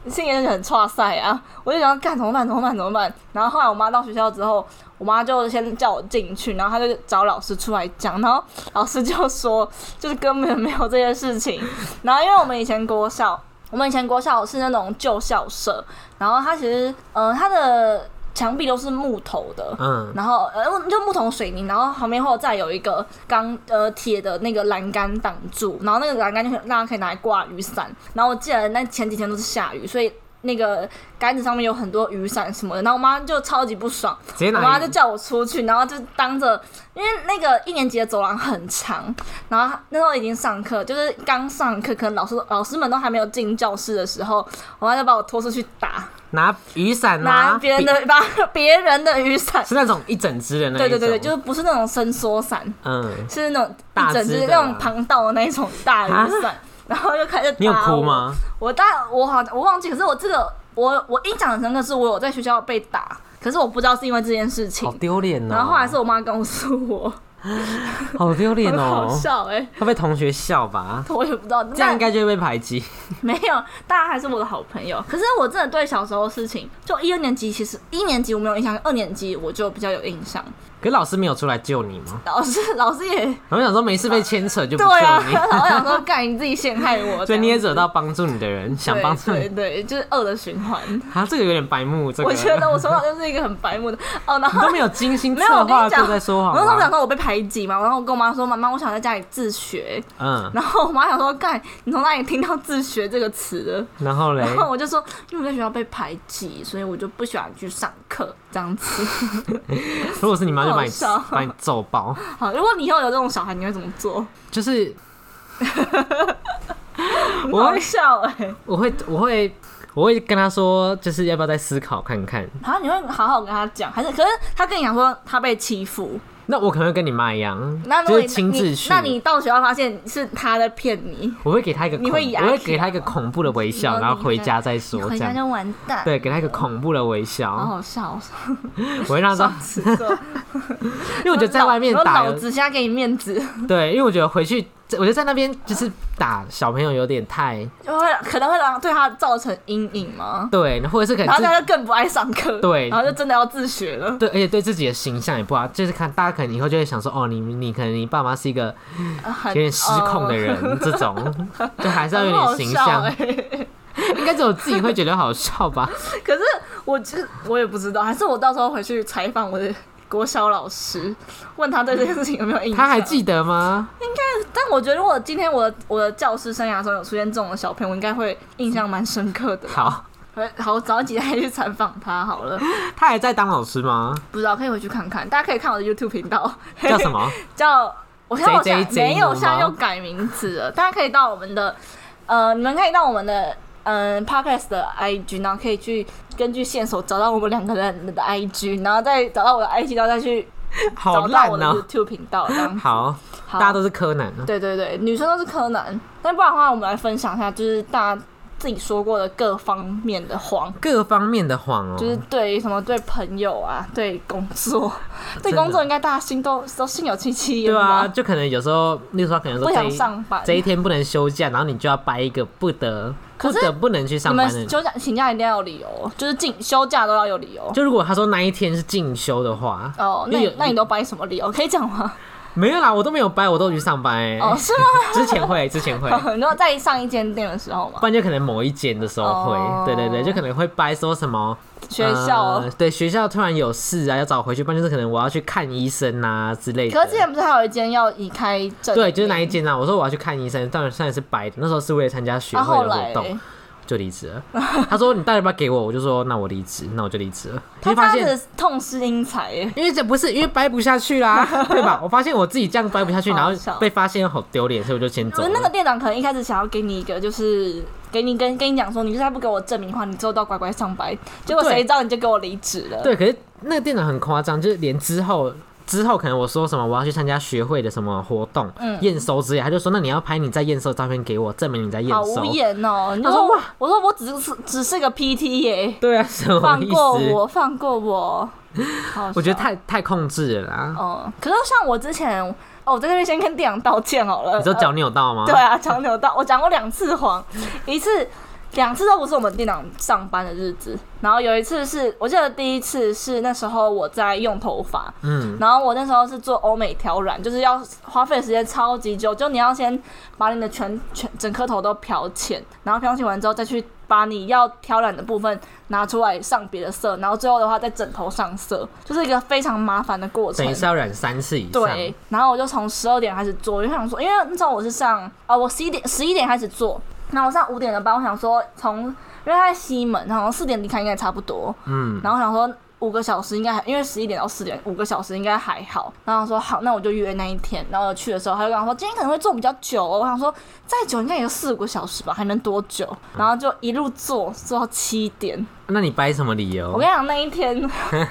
[SPEAKER 1] 心里就很挫塞啊，我就想干怎么办怎么办怎么办。然后后来我妈到学校之后，我妈就先叫我进去，然后她就找老师出来讲，然后老师就说就是根本没有这件事情。然后因为我们以前国校，我们以前国校是那种旧校舍，然后它其实呃它的墙壁都是木头的，
[SPEAKER 2] 嗯，
[SPEAKER 1] 然后呃就木头水泥，然后旁边后再有一个钢呃铁的那个栏杆挡住，然后那个栏杆就可以大家可以拿来挂雨伞。然后我记得那前几天都是下雨，所以那个杆子上面有很多雨伞什么的。然后我妈就超级不爽，
[SPEAKER 2] 直接
[SPEAKER 1] 我妈
[SPEAKER 2] 拿
[SPEAKER 1] 就叫我出去，然后就当着，因为那个一年级的走廊很长，然后那时候已经上课，就是刚上课，可能老师老师们都还没有进教室的时候，我妈就把我拖出去打，
[SPEAKER 2] 拿雨伞
[SPEAKER 1] 拿别人
[SPEAKER 2] 笔
[SPEAKER 1] 的把别人的雨伞。
[SPEAKER 2] 是那种一整只的那
[SPEAKER 1] 对
[SPEAKER 2] 一
[SPEAKER 1] 对
[SPEAKER 2] 种，
[SPEAKER 1] 对对，就是不是那种伸缩伞，
[SPEAKER 2] 嗯，
[SPEAKER 1] 是那种
[SPEAKER 2] 大
[SPEAKER 1] 一整
[SPEAKER 2] 只
[SPEAKER 1] 只
[SPEAKER 2] 的
[SPEAKER 1] 那种庞大的那一种大雨伞，然后就开始打
[SPEAKER 2] 啊你有哭
[SPEAKER 1] 我？
[SPEAKER 2] 吗？
[SPEAKER 1] 我当然我好像我忘记，可是我这个我我印象很深刻，是我有在学校被打，可是我不知道是因为这件事情
[SPEAKER 2] 好。丢脸哦！
[SPEAKER 1] 然后后来是我妈告诉我，
[SPEAKER 2] 好丢脸
[SPEAKER 1] 很好
[SPEAKER 2] 哦，
[SPEAKER 1] 笑哎、
[SPEAKER 2] 会被同学笑吧？
[SPEAKER 1] 我也不知道，
[SPEAKER 2] 这样
[SPEAKER 1] 但
[SPEAKER 2] 应该就会被排挤。
[SPEAKER 1] 没有，大家还是我的好朋友。可是我真的对小时候的事情，就一二年级其实一年级我没有印象，二年级我就比较有印象。
[SPEAKER 2] 可是老师没有出来救你吗？
[SPEAKER 1] 老师 老师也
[SPEAKER 2] 然后想说没事被牵扯就 不
[SPEAKER 1] 对啊，
[SPEAKER 2] 救你，
[SPEAKER 1] 然后想说干你自己陷害我，
[SPEAKER 2] 所以你也
[SPEAKER 1] 这样
[SPEAKER 2] 惹到帮助你的人，想帮助
[SPEAKER 1] 对
[SPEAKER 2] 你。
[SPEAKER 1] 对，对就是恶的循环。
[SPEAKER 2] 啊，这个有点白目，这个
[SPEAKER 1] 我觉得我从小就是一个很白 目的哦，然
[SPEAKER 2] 你
[SPEAKER 1] 后
[SPEAKER 2] 都没有精心
[SPEAKER 1] 没有我
[SPEAKER 2] 策
[SPEAKER 1] 跟
[SPEAKER 2] 划
[SPEAKER 1] 你
[SPEAKER 2] 过
[SPEAKER 1] 讲，
[SPEAKER 2] 在说
[SPEAKER 1] 我
[SPEAKER 2] 谎
[SPEAKER 1] 那时候想
[SPEAKER 2] 吗？
[SPEAKER 1] 说我被排挤嘛，然后我跟我妈说妈妈我想在家里自学，
[SPEAKER 2] 嗯，
[SPEAKER 1] 然后我妈想说干你从哪里听到自学这个词的？
[SPEAKER 2] 然后嘞
[SPEAKER 1] 然，后我就说，因为我在学校被排挤，所以我就不喜欢去上课这样子。
[SPEAKER 2] 如果是你妈就把你
[SPEAKER 1] 好笑
[SPEAKER 2] 把你揍爆，
[SPEAKER 1] 好，如果你以后有这种小孩，你会怎么做？
[SPEAKER 2] 就是我
[SPEAKER 1] 好
[SPEAKER 2] 会
[SPEAKER 1] 笑哎、欸！
[SPEAKER 2] 我会我会我会跟他说，就是要不要再思考看看。
[SPEAKER 1] 然后你会好好跟他讲，还是可是他跟你讲说他被欺负，
[SPEAKER 2] 那我可能会跟你妈一样
[SPEAKER 1] 那，如
[SPEAKER 2] 就
[SPEAKER 1] 果你
[SPEAKER 2] 是亲自
[SPEAKER 1] 你
[SPEAKER 2] 去。
[SPEAKER 1] 那你到学校发现是他在骗你，
[SPEAKER 2] 我会给他一个恐，
[SPEAKER 1] 你会牙
[SPEAKER 2] 我会
[SPEAKER 1] 起
[SPEAKER 2] 给他一个
[SPEAKER 1] 来吗
[SPEAKER 2] 恐怖的微
[SPEAKER 1] 你
[SPEAKER 2] 笑，
[SPEAKER 1] 说
[SPEAKER 2] 然后
[SPEAKER 1] 你
[SPEAKER 2] 回
[SPEAKER 1] 看
[SPEAKER 2] 家再
[SPEAKER 1] 你
[SPEAKER 2] 说
[SPEAKER 1] 回
[SPEAKER 2] 这
[SPEAKER 1] 家
[SPEAKER 2] 样。
[SPEAKER 1] 就完蛋。，
[SPEAKER 2] 对，给他一个恐怖的微
[SPEAKER 1] 好
[SPEAKER 2] 笑，
[SPEAKER 1] 好笑哦。
[SPEAKER 2] 我会让他，
[SPEAKER 1] 是的
[SPEAKER 2] 因 为我觉得在外面
[SPEAKER 1] 我
[SPEAKER 2] 打
[SPEAKER 1] 老
[SPEAKER 2] 有，
[SPEAKER 1] 子现在给你面子，
[SPEAKER 2] 对，因为我觉得回去，我觉得在那边就是打小朋友有点太
[SPEAKER 1] 就会可能会让对他造成阴影吗？
[SPEAKER 2] 对，或者是可
[SPEAKER 1] 然
[SPEAKER 2] 能
[SPEAKER 1] 后
[SPEAKER 2] 自
[SPEAKER 1] 他就更不爱上课，
[SPEAKER 2] 对
[SPEAKER 1] 然后就真的要自学了。
[SPEAKER 2] 对，而且对自己的形象也不好，就是看大家可能以后就会想说，哦，你你可能你爸妈是一个
[SPEAKER 1] 有
[SPEAKER 2] 有点失控的人，
[SPEAKER 1] 哦
[SPEAKER 2] 这种就
[SPEAKER 1] 呃
[SPEAKER 2] 还是要有点形象，
[SPEAKER 1] 欸
[SPEAKER 2] 应该只有自己会觉得好笑吧？
[SPEAKER 1] 可是我就我也不知道，还是我到时候回去采访我的国小老师，问他对这件事情有没有印象。
[SPEAKER 2] 他还记得吗？
[SPEAKER 1] 但我觉得如果今天我的我的教师生涯中有出现这种的小朋友，我应该会印象蛮深刻的。
[SPEAKER 2] 好，
[SPEAKER 1] 好，我早几天去采访他好了，
[SPEAKER 2] 他还在当老师吗？
[SPEAKER 1] 不知道可以回去看看，大家可以看我的 YouTube 频道，
[SPEAKER 2] 叫什 么？
[SPEAKER 1] 叫我现在我
[SPEAKER 2] JJ
[SPEAKER 1] 现在没有，
[SPEAKER 2] Zeno
[SPEAKER 1] 现在
[SPEAKER 2] 吗
[SPEAKER 1] 又改名字了。大家可以到我们的呃，你们可以到我们的嗯、呃、podcast 的 IG，然后可以去根据线索找到我们两个人的 IG，然后再找到我的 IG，然后再去
[SPEAKER 2] 好
[SPEAKER 1] 找到
[SPEAKER 2] 烂
[SPEAKER 1] 我的
[SPEAKER 2] 哦！
[SPEAKER 1] YouTube 频道这 样子。
[SPEAKER 2] 好，
[SPEAKER 1] 好
[SPEAKER 2] 大家都是柯南 啊。
[SPEAKER 1] 对对对，女生都是柯南，但不然的话，我们来分享一下，就是大家自己说过的各方面的谎。
[SPEAKER 2] 各方面的谎哦、
[SPEAKER 1] 就是对于什么对朋友啊，对工 作，对
[SPEAKER 2] 真的
[SPEAKER 1] 工作应该大家心都都心有戚戚焉
[SPEAKER 2] 对啊，
[SPEAKER 1] 吧，
[SPEAKER 2] 就可能有时候，例如说他可能
[SPEAKER 1] 不
[SPEAKER 2] 说这
[SPEAKER 1] 想
[SPEAKER 2] 一
[SPEAKER 1] 上班。
[SPEAKER 2] 这一天不能休假，然后你就要掰一个不得不
[SPEAKER 1] 可是
[SPEAKER 2] 得不能去上
[SPEAKER 1] 你
[SPEAKER 2] 班的
[SPEAKER 1] 们
[SPEAKER 2] 理。
[SPEAKER 1] 休假请假一定要有理由，就是进休假都要有理由。
[SPEAKER 2] 就如果他说那一天是进修的话，
[SPEAKER 1] 哦，那
[SPEAKER 2] 有
[SPEAKER 1] 你那你都掰什么理由？可以讲吗？
[SPEAKER 2] 没有啦，我都没有掰，我都有去上班哎、
[SPEAKER 1] 哦，是吗？
[SPEAKER 2] 之前会，之前 会，
[SPEAKER 1] 你说在上一间店的时候嘛
[SPEAKER 2] 不，然就可能某一间的时候会，
[SPEAKER 1] 哦
[SPEAKER 2] 对对对，就可能会掰说什么
[SPEAKER 1] 学校哦
[SPEAKER 2] 呃。对学校突然有事啊，要早回去，不然就是可能我要去看医生啊之类的。
[SPEAKER 1] 可是之前不是还有一间要移开证？
[SPEAKER 2] 对，就是那一。间啊，我说我要去看医生，当然算是白的。那时候是为了参加学
[SPEAKER 1] 啊，
[SPEAKER 2] 会
[SPEAKER 1] 后
[SPEAKER 2] 的活
[SPEAKER 1] 来
[SPEAKER 2] 动，
[SPEAKER 1] 嘞
[SPEAKER 2] 就离职了。他说你到底要不要给我？我就说那我离职，那我就离职了。你
[SPEAKER 1] 他
[SPEAKER 2] 会发
[SPEAKER 1] 这样
[SPEAKER 2] 现，
[SPEAKER 1] 子痛失英才耶，
[SPEAKER 2] 因为这不是因为掰不下去 啦，对吧？我发现我自己这样掰不下去，
[SPEAKER 1] 好
[SPEAKER 2] 然
[SPEAKER 1] 好
[SPEAKER 2] 后
[SPEAKER 1] 笑
[SPEAKER 2] 被发现好丢脸，所以我就先
[SPEAKER 1] 可
[SPEAKER 2] 走
[SPEAKER 1] 是那个
[SPEAKER 2] 了。
[SPEAKER 1] 店长可能一开始想要给你一个，就是给你跟跟你讲说，你就是他不给我证明的话，你之后都要乖乖上班。结果
[SPEAKER 2] 哦对
[SPEAKER 1] 谁知道你就给我离职了。
[SPEAKER 2] 对，可是那个店长很夸张，就是连之后。之后可能我说什么我要去参加学会的什么活动，
[SPEAKER 1] 嗯
[SPEAKER 2] 验收之类，他就说那你要拍你在验收的照片给我，证明你在验
[SPEAKER 1] 好
[SPEAKER 2] 收
[SPEAKER 1] 无。言哦、你
[SPEAKER 2] 他
[SPEAKER 1] 就
[SPEAKER 2] 说
[SPEAKER 1] 说
[SPEAKER 2] 哇，
[SPEAKER 1] 我说我只是只是个 PT 耶、
[SPEAKER 2] 对啊，什么
[SPEAKER 1] 放
[SPEAKER 2] 意
[SPEAKER 1] 过
[SPEAKER 2] 思？
[SPEAKER 1] 我，放过 我。好
[SPEAKER 2] 我觉得
[SPEAKER 1] 笑
[SPEAKER 2] 太太控制了啦。
[SPEAKER 1] 哦、可是像我之前，哦，我在这边先跟店长道歉好了。
[SPEAKER 2] 你说脚扭到吗？
[SPEAKER 1] 呃对啊，讲扭到，我讲过两次 谎，一次。两次都不是我们店长上班的日子，然后有一次是我记得第一次是那时候我在用头发，
[SPEAKER 2] 嗯，
[SPEAKER 1] 然后我那时候是做欧美挑染，就是要花费的时间超级久，就你要先把你的全全整颗头都漂浅，然后漂浅完之后再去把你要挑染的部分拿出来上别的色，然后最后的话再整头上色，就是一个非常麻烦的过程
[SPEAKER 2] 等于。是要染三次以上。
[SPEAKER 1] 对，然后我就从十二点开始做，我就想说，因为那时候我是上啊、我十一点十一点开始做，那我上五点的班，我想说从因为他在西门，好像四点离开应该也差不多，
[SPEAKER 2] 嗯，
[SPEAKER 1] 然后想说五个小时应该还，因为十一点到四点五个小时应该还好。然后我说好，那我就约那一天。然后我去的时候，他就跟我说今天可能会做比较久、哦。我想说再久应该也有四五个小时吧，还能多久？然后就一路做做到七点。
[SPEAKER 2] 那你掰什么理由？
[SPEAKER 1] 我跟你讲那一 天，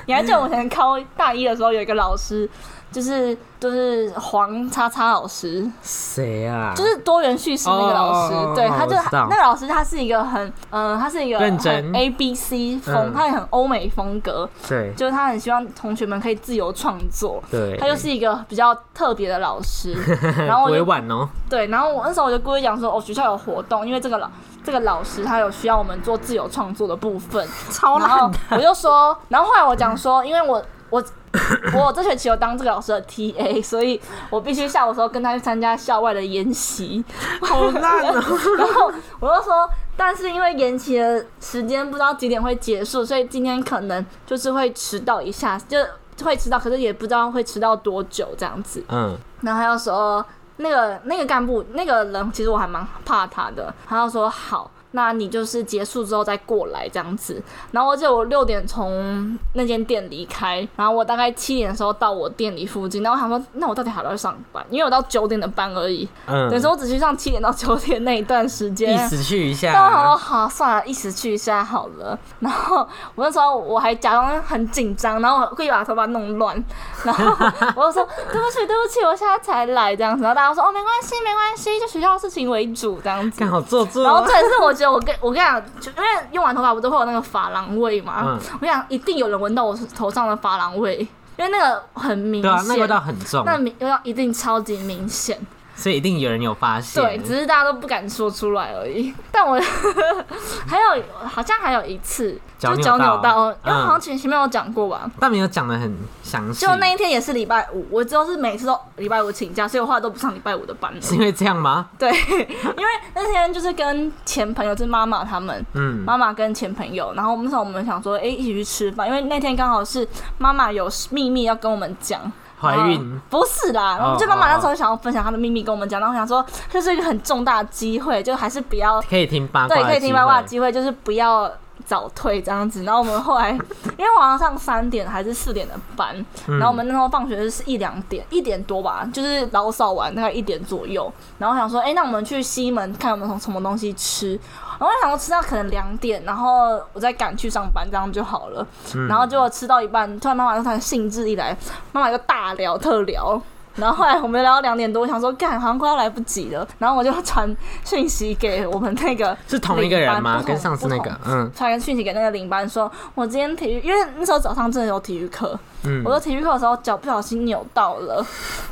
[SPEAKER 1] 你还记得我以前高大一的时候有一个老师，就是就是黄叉叉老师，
[SPEAKER 2] 谁啊？
[SPEAKER 1] 就是多元叙事那个老师，
[SPEAKER 2] 哦哦哦
[SPEAKER 1] 对，
[SPEAKER 2] 哦
[SPEAKER 1] 他就
[SPEAKER 2] 我知道
[SPEAKER 1] 那个老师他是一个很，嗯、他是一个
[SPEAKER 2] 认真
[SPEAKER 1] 很 A B C 风，
[SPEAKER 2] 嗯
[SPEAKER 1] 他也很欧美风格，
[SPEAKER 2] 对
[SPEAKER 1] 就是他很希望同学们可以自由创作。
[SPEAKER 2] 对，
[SPEAKER 1] 他就是一个比较特别的老师，然后我
[SPEAKER 2] 委
[SPEAKER 1] 就
[SPEAKER 2] 婉哦。
[SPEAKER 1] 对，然后我那时候我就故意讲说，哦，学校有活动，因为这个老这个老师他有需要我们做自由创作的部分，
[SPEAKER 2] 超
[SPEAKER 1] 然后我就说，然后后来我讲说，因为我我我这学期有当这个老师的 TA，所以我必须下午的时候跟他去参加校外的研习。
[SPEAKER 2] 好烂 哦、
[SPEAKER 1] 然后我就说，但是因为延期的时间不知道几点会结束，所以今天可能就是会迟到一下，就会迟到，可是也不知道会迟到多久这样子。
[SPEAKER 2] 嗯，
[SPEAKER 1] 然后他就说，那个那个干部那个人，其实我还蛮怕他的。他就说好。那你就是结束之后再过来这样子，然后而且我六点从那间店离开，然后我大概七点的时候到我店里附近，然后我想说，那我到底还要不要上班？因为我到九点的班而已，
[SPEAKER 2] 嗯，
[SPEAKER 1] 等于说我只去上七点到九点那一段时间，
[SPEAKER 2] 意思啊去一下
[SPEAKER 1] 但我想说好，算了，一起去一下好了。然后我那时候我还假装很紧张，然后我故意把头发弄乱，然后我就说对不起，对不起，我现在才来这样子。然后大家说哦，没关系，没关系，就学校的事情为主这样子
[SPEAKER 2] 干。好做作
[SPEAKER 1] 然后
[SPEAKER 2] 哦、
[SPEAKER 1] 这也是我觉得我跟我跟你讲，就因为用完头发不都会有那个发廊味嘛，
[SPEAKER 2] 嗯
[SPEAKER 1] 我想一定有人闻到我头上的发廊味，因为那个很明
[SPEAKER 2] 对啊，那个
[SPEAKER 1] 显，
[SPEAKER 2] 味道很重，
[SPEAKER 1] 那明味道一定超级明显。
[SPEAKER 2] 所以一定有人有发现。
[SPEAKER 1] 对，只是大家都不敢说出来而已。 但我还有好像还有一次，
[SPEAKER 2] 脚
[SPEAKER 1] 就
[SPEAKER 2] 扭
[SPEAKER 1] 脚扭
[SPEAKER 2] 到
[SPEAKER 1] 到，因为
[SPEAKER 2] 嗯
[SPEAKER 1] 好像前前面有讲过吧。
[SPEAKER 2] 但没有讲的很详细，
[SPEAKER 1] 就那一天也是礼拜五，我就是每次都礼拜五请假，所以我后来都不上礼拜五的班了。
[SPEAKER 2] 是因为这样吗？
[SPEAKER 1] 对，因为那天就是跟前朋友，就是妈妈他们，
[SPEAKER 2] 嗯，
[SPEAKER 1] 妈妈跟前朋友，然后我们那时候我们想说，哎、一起去吃饭，因为那天刚好是妈妈有秘密要跟我们讲。
[SPEAKER 2] 怀孕
[SPEAKER 1] 啊不是啦，
[SPEAKER 2] 哦
[SPEAKER 1] 就妈妈
[SPEAKER 2] 哦哦
[SPEAKER 1] 那时候想要分享她的秘密跟我们讲，然后我想说这是一个很重大的机会，就还是不要
[SPEAKER 2] 可以听八卦，
[SPEAKER 1] 对，可以听八卦的，机会，就是不要早退这样子。然后我们后来，因为晚上三点还是四点的班，然后我们那时候放学是一两点，一点多吧，就是老扫完大概一点左右。然后想说，哎、那我们去西门看有没有什么东西吃。然后我想说吃到可能两点，然后我再赶去上班，这样就好了。
[SPEAKER 2] 嗯
[SPEAKER 1] 然后结果吃到一半，突然妈妈就突然兴致一来，妈妈就大聊特聊。然后后来我们聊到两点多，我想说干，好像快要来不及了。然后我就传讯息给我们那个
[SPEAKER 2] 是同一个人
[SPEAKER 1] 领
[SPEAKER 2] 吗？
[SPEAKER 1] 班
[SPEAKER 2] 跟上次那个，，嗯
[SPEAKER 1] 不同不同传讯息给那个领班说，我今天体育，因为那时候早上真的有体育课，
[SPEAKER 2] 嗯
[SPEAKER 1] 我，说体育课的时候脚不小心扭到了，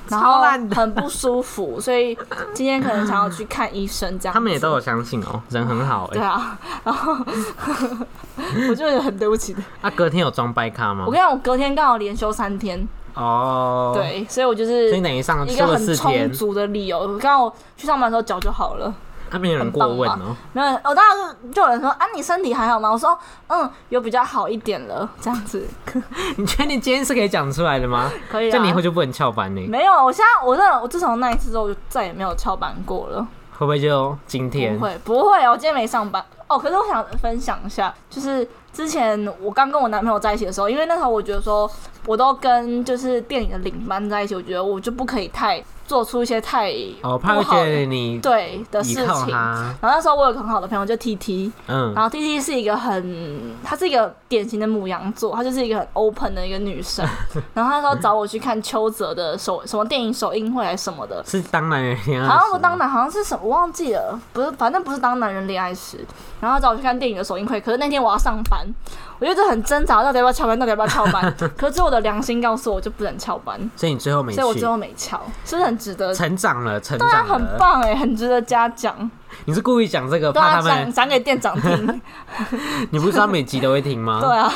[SPEAKER 1] 然后
[SPEAKER 2] 超烂的
[SPEAKER 1] 很不舒服，所以今天可能想要去看医生这样。
[SPEAKER 2] 他们也都有相信哦，人很好
[SPEAKER 1] 对
[SPEAKER 2] 哎。
[SPEAKER 1] 啊，然后 我就很对不起的。
[SPEAKER 2] 啊，隔天有装掰咖吗
[SPEAKER 1] 我跟？你讲，我隔天刚好连休三天，
[SPEAKER 2] 哦，，
[SPEAKER 1] 对，所以我就是
[SPEAKER 2] 所以等于上
[SPEAKER 1] 一
[SPEAKER 2] 休
[SPEAKER 1] 个
[SPEAKER 2] 了
[SPEAKER 1] 很
[SPEAKER 2] 四天
[SPEAKER 1] 充，足的理由。我刚好去上班的时候脚就好了。
[SPEAKER 2] 那边有人过问
[SPEAKER 1] 很
[SPEAKER 2] 哦，
[SPEAKER 1] 没有，我当时就有人说啊，你身体还好吗？我说嗯，有比较好一点了，这样子
[SPEAKER 2] 你确定今天是可以讲出来的吗？
[SPEAKER 1] 可以
[SPEAKER 2] 这样你以后
[SPEAKER 1] 啊。
[SPEAKER 2] 就不能翘班呢？欸
[SPEAKER 1] 没有，我现在我认我自从那一次之后，我就再也没有翘班过了。
[SPEAKER 2] 会不会就今天
[SPEAKER 1] 不？会，不会哦，我今天没上班哦。可是我想分享一下，就是之前我刚跟我男朋友在一起的时候，因为那时候我觉得说，我都跟就是店里的领班在一起，我觉得我就不可以太做出一些太
[SPEAKER 2] 哦，怕
[SPEAKER 1] 不
[SPEAKER 2] 会
[SPEAKER 1] 好
[SPEAKER 2] 觉
[SPEAKER 1] 的
[SPEAKER 2] 得你
[SPEAKER 1] 对的
[SPEAKER 2] 依
[SPEAKER 1] 事
[SPEAKER 2] 靠
[SPEAKER 1] 情。
[SPEAKER 2] 他，
[SPEAKER 1] 然后那时候我有个很好的朋友，就 T T，
[SPEAKER 2] 嗯
[SPEAKER 1] 然，后 T T 是一个很，她是一个典型的母羊座，她就是一个很 open 的一个女 生。然后她那时候找我去看邱泽的首什么电影首映会还是什么的，
[SPEAKER 2] 啊是当男人恋爱时
[SPEAKER 1] 好
[SPEAKER 2] 吗，
[SPEAKER 1] 像不当男，好像是什么我忘记了，不是，反正不是当男人恋爱时。然后他找我去看电影的首映会，可是那天我要上班，我就一直很挣扎，到底要不要翘班，到底要不要翘班。 可是我的良心告诉我就不能翘班，
[SPEAKER 2] 啊所以你最后没去
[SPEAKER 1] 所以，我最后没翘，是不是很值得？
[SPEAKER 2] 成长了，成
[SPEAKER 1] 对啊，
[SPEAKER 2] 长
[SPEAKER 1] 很
[SPEAKER 2] 了。
[SPEAKER 1] 棒哎、很值得嘉奖。
[SPEAKER 2] 你是故意讲这个，
[SPEAKER 1] 对
[SPEAKER 2] 怕
[SPEAKER 1] 啊，
[SPEAKER 2] 他们啊
[SPEAKER 1] 讲？讲给店长 听。
[SPEAKER 2] 你不是他每集都会听 吗？
[SPEAKER 1] 对啊，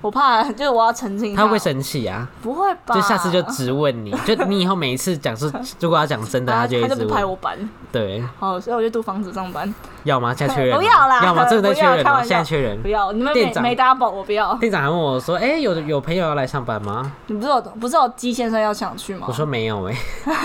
[SPEAKER 1] 我怕就是我要澄清一下。
[SPEAKER 2] 他会不会生气啊？
[SPEAKER 1] 不会吧？
[SPEAKER 2] 就下次就直问 你，就你以后每一次讲是，如果要讲真的，
[SPEAKER 1] 他
[SPEAKER 2] 就一
[SPEAKER 1] 啊他
[SPEAKER 2] 直
[SPEAKER 1] 就不排
[SPEAKER 2] 问。
[SPEAKER 1] 我班，
[SPEAKER 2] 对，
[SPEAKER 1] 好，所以我就租房子上班。
[SPEAKER 2] 要吗？现在缺人吗？
[SPEAKER 1] 不要啦
[SPEAKER 2] 要吗？真的在缺人
[SPEAKER 1] 不要开
[SPEAKER 2] 吗？
[SPEAKER 1] 玩笑
[SPEAKER 2] 现在缺人
[SPEAKER 1] 不。要，你们
[SPEAKER 2] 店
[SPEAKER 1] 没
[SPEAKER 2] 长
[SPEAKER 1] 没 double，我不要。
[SPEAKER 2] 店长还问我说：“哎，有有朋友要来上班吗
[SPEAKER 1] 你不是有不是有鸡先生要想去吗？
[SPEAKER 2] 我说：“没 有，哎，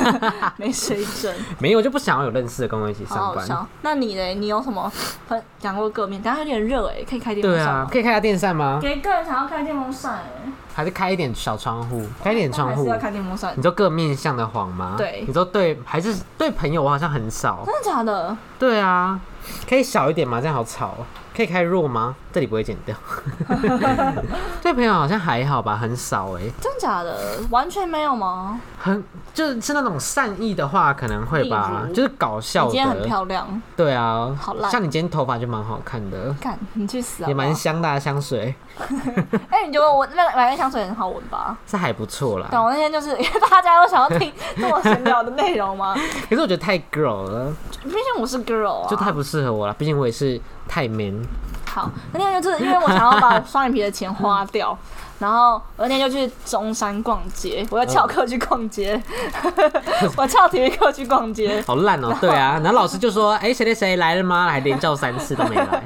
[SPEAKER 1] 没水准，
[SPEAKER 2] 没有，我就不想要有认识的跟我一起
[SPEAKER 1] 好
[SPEAKER 2] 上
[SPEAKER 1] 好
[SPEAKER 2] 班。
[SPEAKER 1] 笑。那你嘞？你有什么分讲过各面？等一下有点热哎、可以开”电风
[SPEAKER 2] 对
[SPEAKER 1] 扇
[SPEAKER 2] 啊
[SPEAKER 1] 吗？，
[SPEAKER 2] 可以开下电扇吗？
[SPEAKER 1] 给个人想要开电风扇哎、
[SPEAKER 2] 还是开一点小窗户？开一点
[SPEAKER 1] 但
[SPEAKER 2] 窗
[SPEAKER 1] 还是
[SPEAKER 2] 户
[SPEAKER 1] 要。开电风扇
[SPEAKER 2] 你，都各面向的谎吗？
[SPEAKER 1] 对
[SPEAKER 2] 你都对，还是对朋友我好像很少。
[SPEAKER 1] 真的假的？
[SPEAKER 2] 对啊，可以小一点吗？这样好吵哦。可以开弱吗？这里不会剪 掉。对朋友好像还好吧，很少哎、
[SPEAKER 1] 真的假的？完全没有吗？
[SPEAKER 2] 很就是那种善意的话可能会吧
[SPEAKER 1] 例，如
[SPEAKER 2] 就是搞
[SPEAKER 1] 你
[SPEAKER 2] 笑
[SPEAKER 1] 今天很
[SPEAKER 2] 的。
[SPEAKER 1] 漂亮，
[SPEAKER 2] 对啊，
[SPEAKER 1] 好烂
[SPEAKER 2] 像你今天头发就蛮好看的，
[SPEAKER 1] 干你去死啊！
[SPEAKER 2] 也蛮香的、啊、香水，
[SPEAKER 1] 哎、你觉得我那个买个香水很好闻吧？
[SPEAKER 2] 这还不错
[SPEAKER 1] 但
[SPEAKER 2] 啦。
[SPEAKER 1] 我那天就是因为大家都想要听跟我闲聊的内容嘛，
[SPEAKER 2] 可是我觉得太 girl 了，
[SPEAKER 1] 毕竟我是 girl 啊，
[SPEAKER 2] 就太不适合我了。毕竟我也是太 man。
[SPEAKER 1] 好。那天就是因为我想要把双眼皮的钱花掉，然后我那天就去中山逛街，我要
[SPEAKER 2] 嗯
[SPEAKER 1] 翘课去逛街， 我翘体育课去逛街，
[SPEAKER 2] 好烂哦、对 啊，然后老师就说：“哎、谁谁谁来了吗？”还连叫三次都 没来。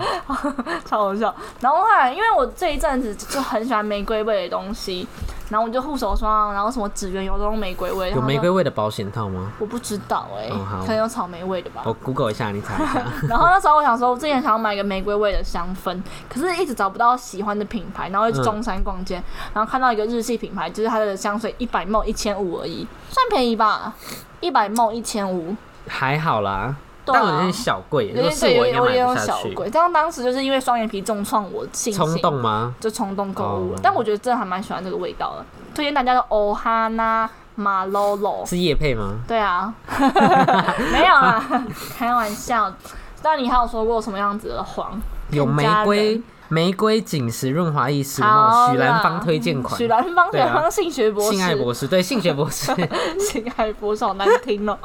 [SPEAKER 1] 超好笑。然后后来，因为我这一阵子就很喜欢玫瑰味的东西，然后我就护手霜，然后什么指缘油都用玫瑰味。
[SPEAKER 2] 有
[SPEAKER 1] 然后
[SPEAKER 2] 玫
[SPEAKER 1] 就
[SPEAKER 2] 瑰味的保险套吗？
[SPEAKER 1] 我不知道哎、
[SPEAKER 2] 哦好哦
[SPEAKER 1] 可能有草莓味的吧。
[SPEAKER 2] 我 Google 一下，你查一下。
[SPEAKER 1] 然后那时候我想说，我之前想要买一个玫瑰味的香氛，可是一直找不到喜欢的品牌，然后就
[SPEAKER 2] 嗯
[SPEAKER 1] 去中山逛街，然后看到一个日系品牌，就是它的香水一百梦一千五而已，算便宜吧，一百梦一千五。
[SPEAKER 2] 还好啦，
[SPEAKER 1] 对
[SPEAKER 2] 但我有
[SPEAKER 1] 啊
[SPEAKER 2] 点，小贵，如
[SPEAKER 1] 有
[SPEAKER 2] 果
[SPEAKER 1] 点
[SPEAKER 2] 是
[SPEAKER 1] 对，
[SPEAKER 2] 我
[SPEAKER 1] 有
[SPEAKER 2] 应该
[SPEAKER 1] 有
[SPEAKER 2] 买
[SPEAKER 1] 点
[SPEAKER 2] 不下
[SPEAKER 1] 小
[SPEAKER 2] 去。
[SPEAKER 1] 贵。但当时就是因为双眼皮重创我信心，
[SPEAKER 2] 冲动吗？
[SPEAKER 1] 就冲动购物，
[SPEAKER 2] 哦
[SPEAKER 1] 但我觉得真的还蛮喜欢这个味道的，推荐大家的欧哈娜马洛洛。
[SPEAKER 2] 是夜配吗？
[SPEAKER 1] 对 啊，没有啦，开玩笑。那你还有说过什么样子的黄？
[SPEAKER 2] 有玫
[SPEAKER 1] 家
[SPEAKER 2] 瑰
[SPEAKER 1] 人
[SPEAKER 2] 玫瑰紧实润滑液十
[SPEAKER 1] 好啦
[SPEAKER 2] 号，许兰芳推荐款
[SPEAKER 1] 许。兰芳，许
[SPEAKER 2] 对啊
[SPEAKER 1] 兰芳性学博士，
[SPEAKER 2] 性爱博士对性学 博士
[SPEAKER 1] 性爱博士好难听哦，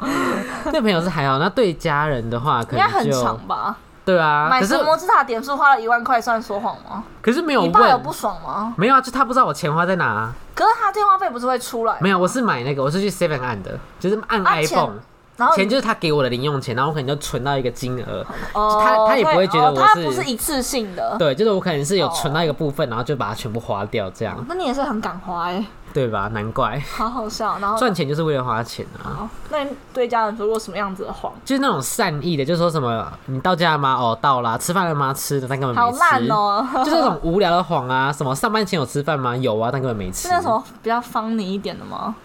[SPEAKER 2] 对朋友是还好，那对家人的话可
[SPEAKER 1] 应该
[SPEAKER 2] 能
[SPEAKER 1] 很
[SPEAKER 2] 就
[SPEAKER 1] 长吧？
[SPEAKER 2] 对啊，
[SPEAKER 1] 买
[SPEAKER 2] 可是
[SPEAKER 1] 神魔之塔点数花了一万块，算说谎吗？
[SPEAKER 2] 可是没有
[SPEAKER 1] 你爸有
[SPEAKER 2] 问
[SPEAKER 1] 不，爽吗？
[SPEAKER 2] 没有啊，就他不知道我钱花在哪啊，
[SPEAKER 1] 可是他电话费不是会出来？
[SPEAKER 2] 没有，我是买那个我是去 Seven 按的，就是按
[SPEAKER 1] 啊钱
[SPEAKER 2] iPhone，
[SPEAKER 1] 然后
[SPEAKER 2] 钱
[SPEAKER 1] 你
[SPEAKER 2] 就是他给我的零用钱，然后我可能就存到一个金额，
[SPEAKER 1] 哦
[SPEAKER 2] 他他也不会觉得
[SPEAKER 1] 对
[SPEAKER 2] 我
[SPEAKER 1] 哦他
[SPEAKER 2] 是
[SPEAKER 1] 不是一次性的，
[SPEAKER 2] 对，就是我可能是有存到
[SPEAKER 1] 哦
[SPEAKER 2] 一个部分，然后就把它全部花掉，这样
[SPEAKER 1] 那你也是很敢花哎，
[SPEAKER 2] 对吧？难怪
[SPEAKER 1] 好好笑。然后
[SPEAKER 2] 赚钱就是为了花钱啊。
[SPEAKER 1] 好，那你对家人说过什么样子的谎？
[SPEAKER 2] 就是那种善意的，就说什么你到家了吗？哦，到啦。吃饭了吗？吃的，但根本
[SPEAKER 1] 好
[SPEAKER 2] 没
[SPEAKER 1] 烂
[SPEAKER 2] 吃。
[SPEAKER 1] 哦、
[SPEAKER 2] 就这种无聊的谎啊，什么上班前有吃饭吗？有啊，但根本没
[SPEAKER 1] 是
[SPEAKER 2] 吃。
[SPEAKER 1] 那什么比较方你一点的吗？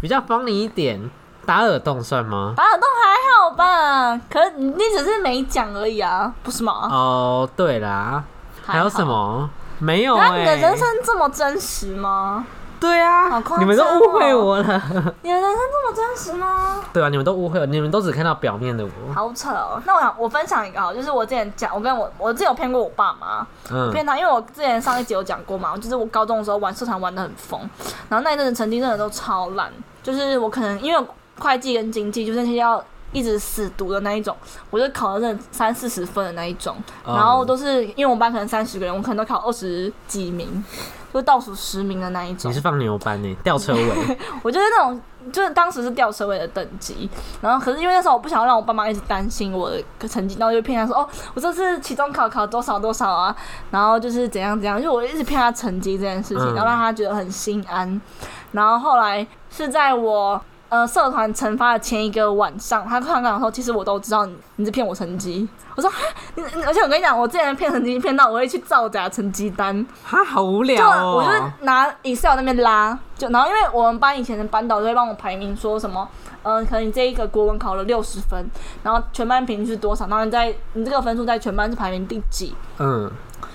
[SPEAKER 2] 比较帮你一点，打耳洞算吗？
[SPEAKER 1] 反耳洞还好吧，可是你只是没讲而已啊，不是吗？
[SPEAKER 2] 哦，对啦，还有
[SPEAKER 1] 好
[SPEAKER 2] 什？么？没有
[SPEAKER 1] 然后
[SPEAKER 2] 哎、
[SPEAKER 1] 你的人生这么真实吗？
[SPEAKER 2] 对
[SPEAKER 1] 好
[SPEAKER 2] 啊
[SPEAKER 1] 夸张哦，
[SPEAKER 2] 你们都误会我了。
[SPEAKER 1] 你的人生这么真实吗？
[SPEAKER 2] 对啊，你们都误会我，你们都只看到表面的我。
[SPEAKER 1] 好扯哦！那我想我分享一个好，就是我之前讲，我跟我我之前有骗过我爸妈，
[SPEAKER 2] 嗯，
[SPEAKER 1] 骗他，因为我之前上一集有讲过嘛，就是我高中的时候玩社团玩的很疯，然后那一阵子成绩真的都超烂，就是我可能因为会计跟经济就是那些要一直死读的那一种，我就考了那三四十分的那一种，
[SPEAKER 2] 哦
[SPEAKER 1] 然后都是因为我们班可能三十个人，我可能都考二十几名，就倒数十名的那一种
[SPEAKER 2] 你是，放牛班呢、欸吊车 尾。
[SPEAKER 1] 我就是那种。就是当时是吊车尾的等级，然后可是因为那时候我不想要让我爸妈一直担心我的成绩，然后就骗他说哦，我这次期中考考多少多少啊，然后就是怎样怎样，就我一直骗他成绩这件事情，
[SPEAKER 2] 嗯
[SPEAKER 1] 然后让他觉得很心安。然后后来是在我呃社团惩罚的前一个晚上，他突然跟我说，其实我都知道你你是骗我成绩。我说哈，你你而且我跟你讲，我之前骗成绩骗到我会去造假成绩单，
[SPEAKER 2] 哈，好无
[SPEAKER 1] 就
[SPEAKER 2] 聊哦、
[SPEAKER 1] 啊我就拿 Excel 那边拉，就然后因为我们班以前的班导就会帮我排名，说什么，嗯、可能你这一个国文考了六十分，然后全班平均是多少，然后你在你这个分数在全班是排名第几，
[SPEAKER 2] 嗯，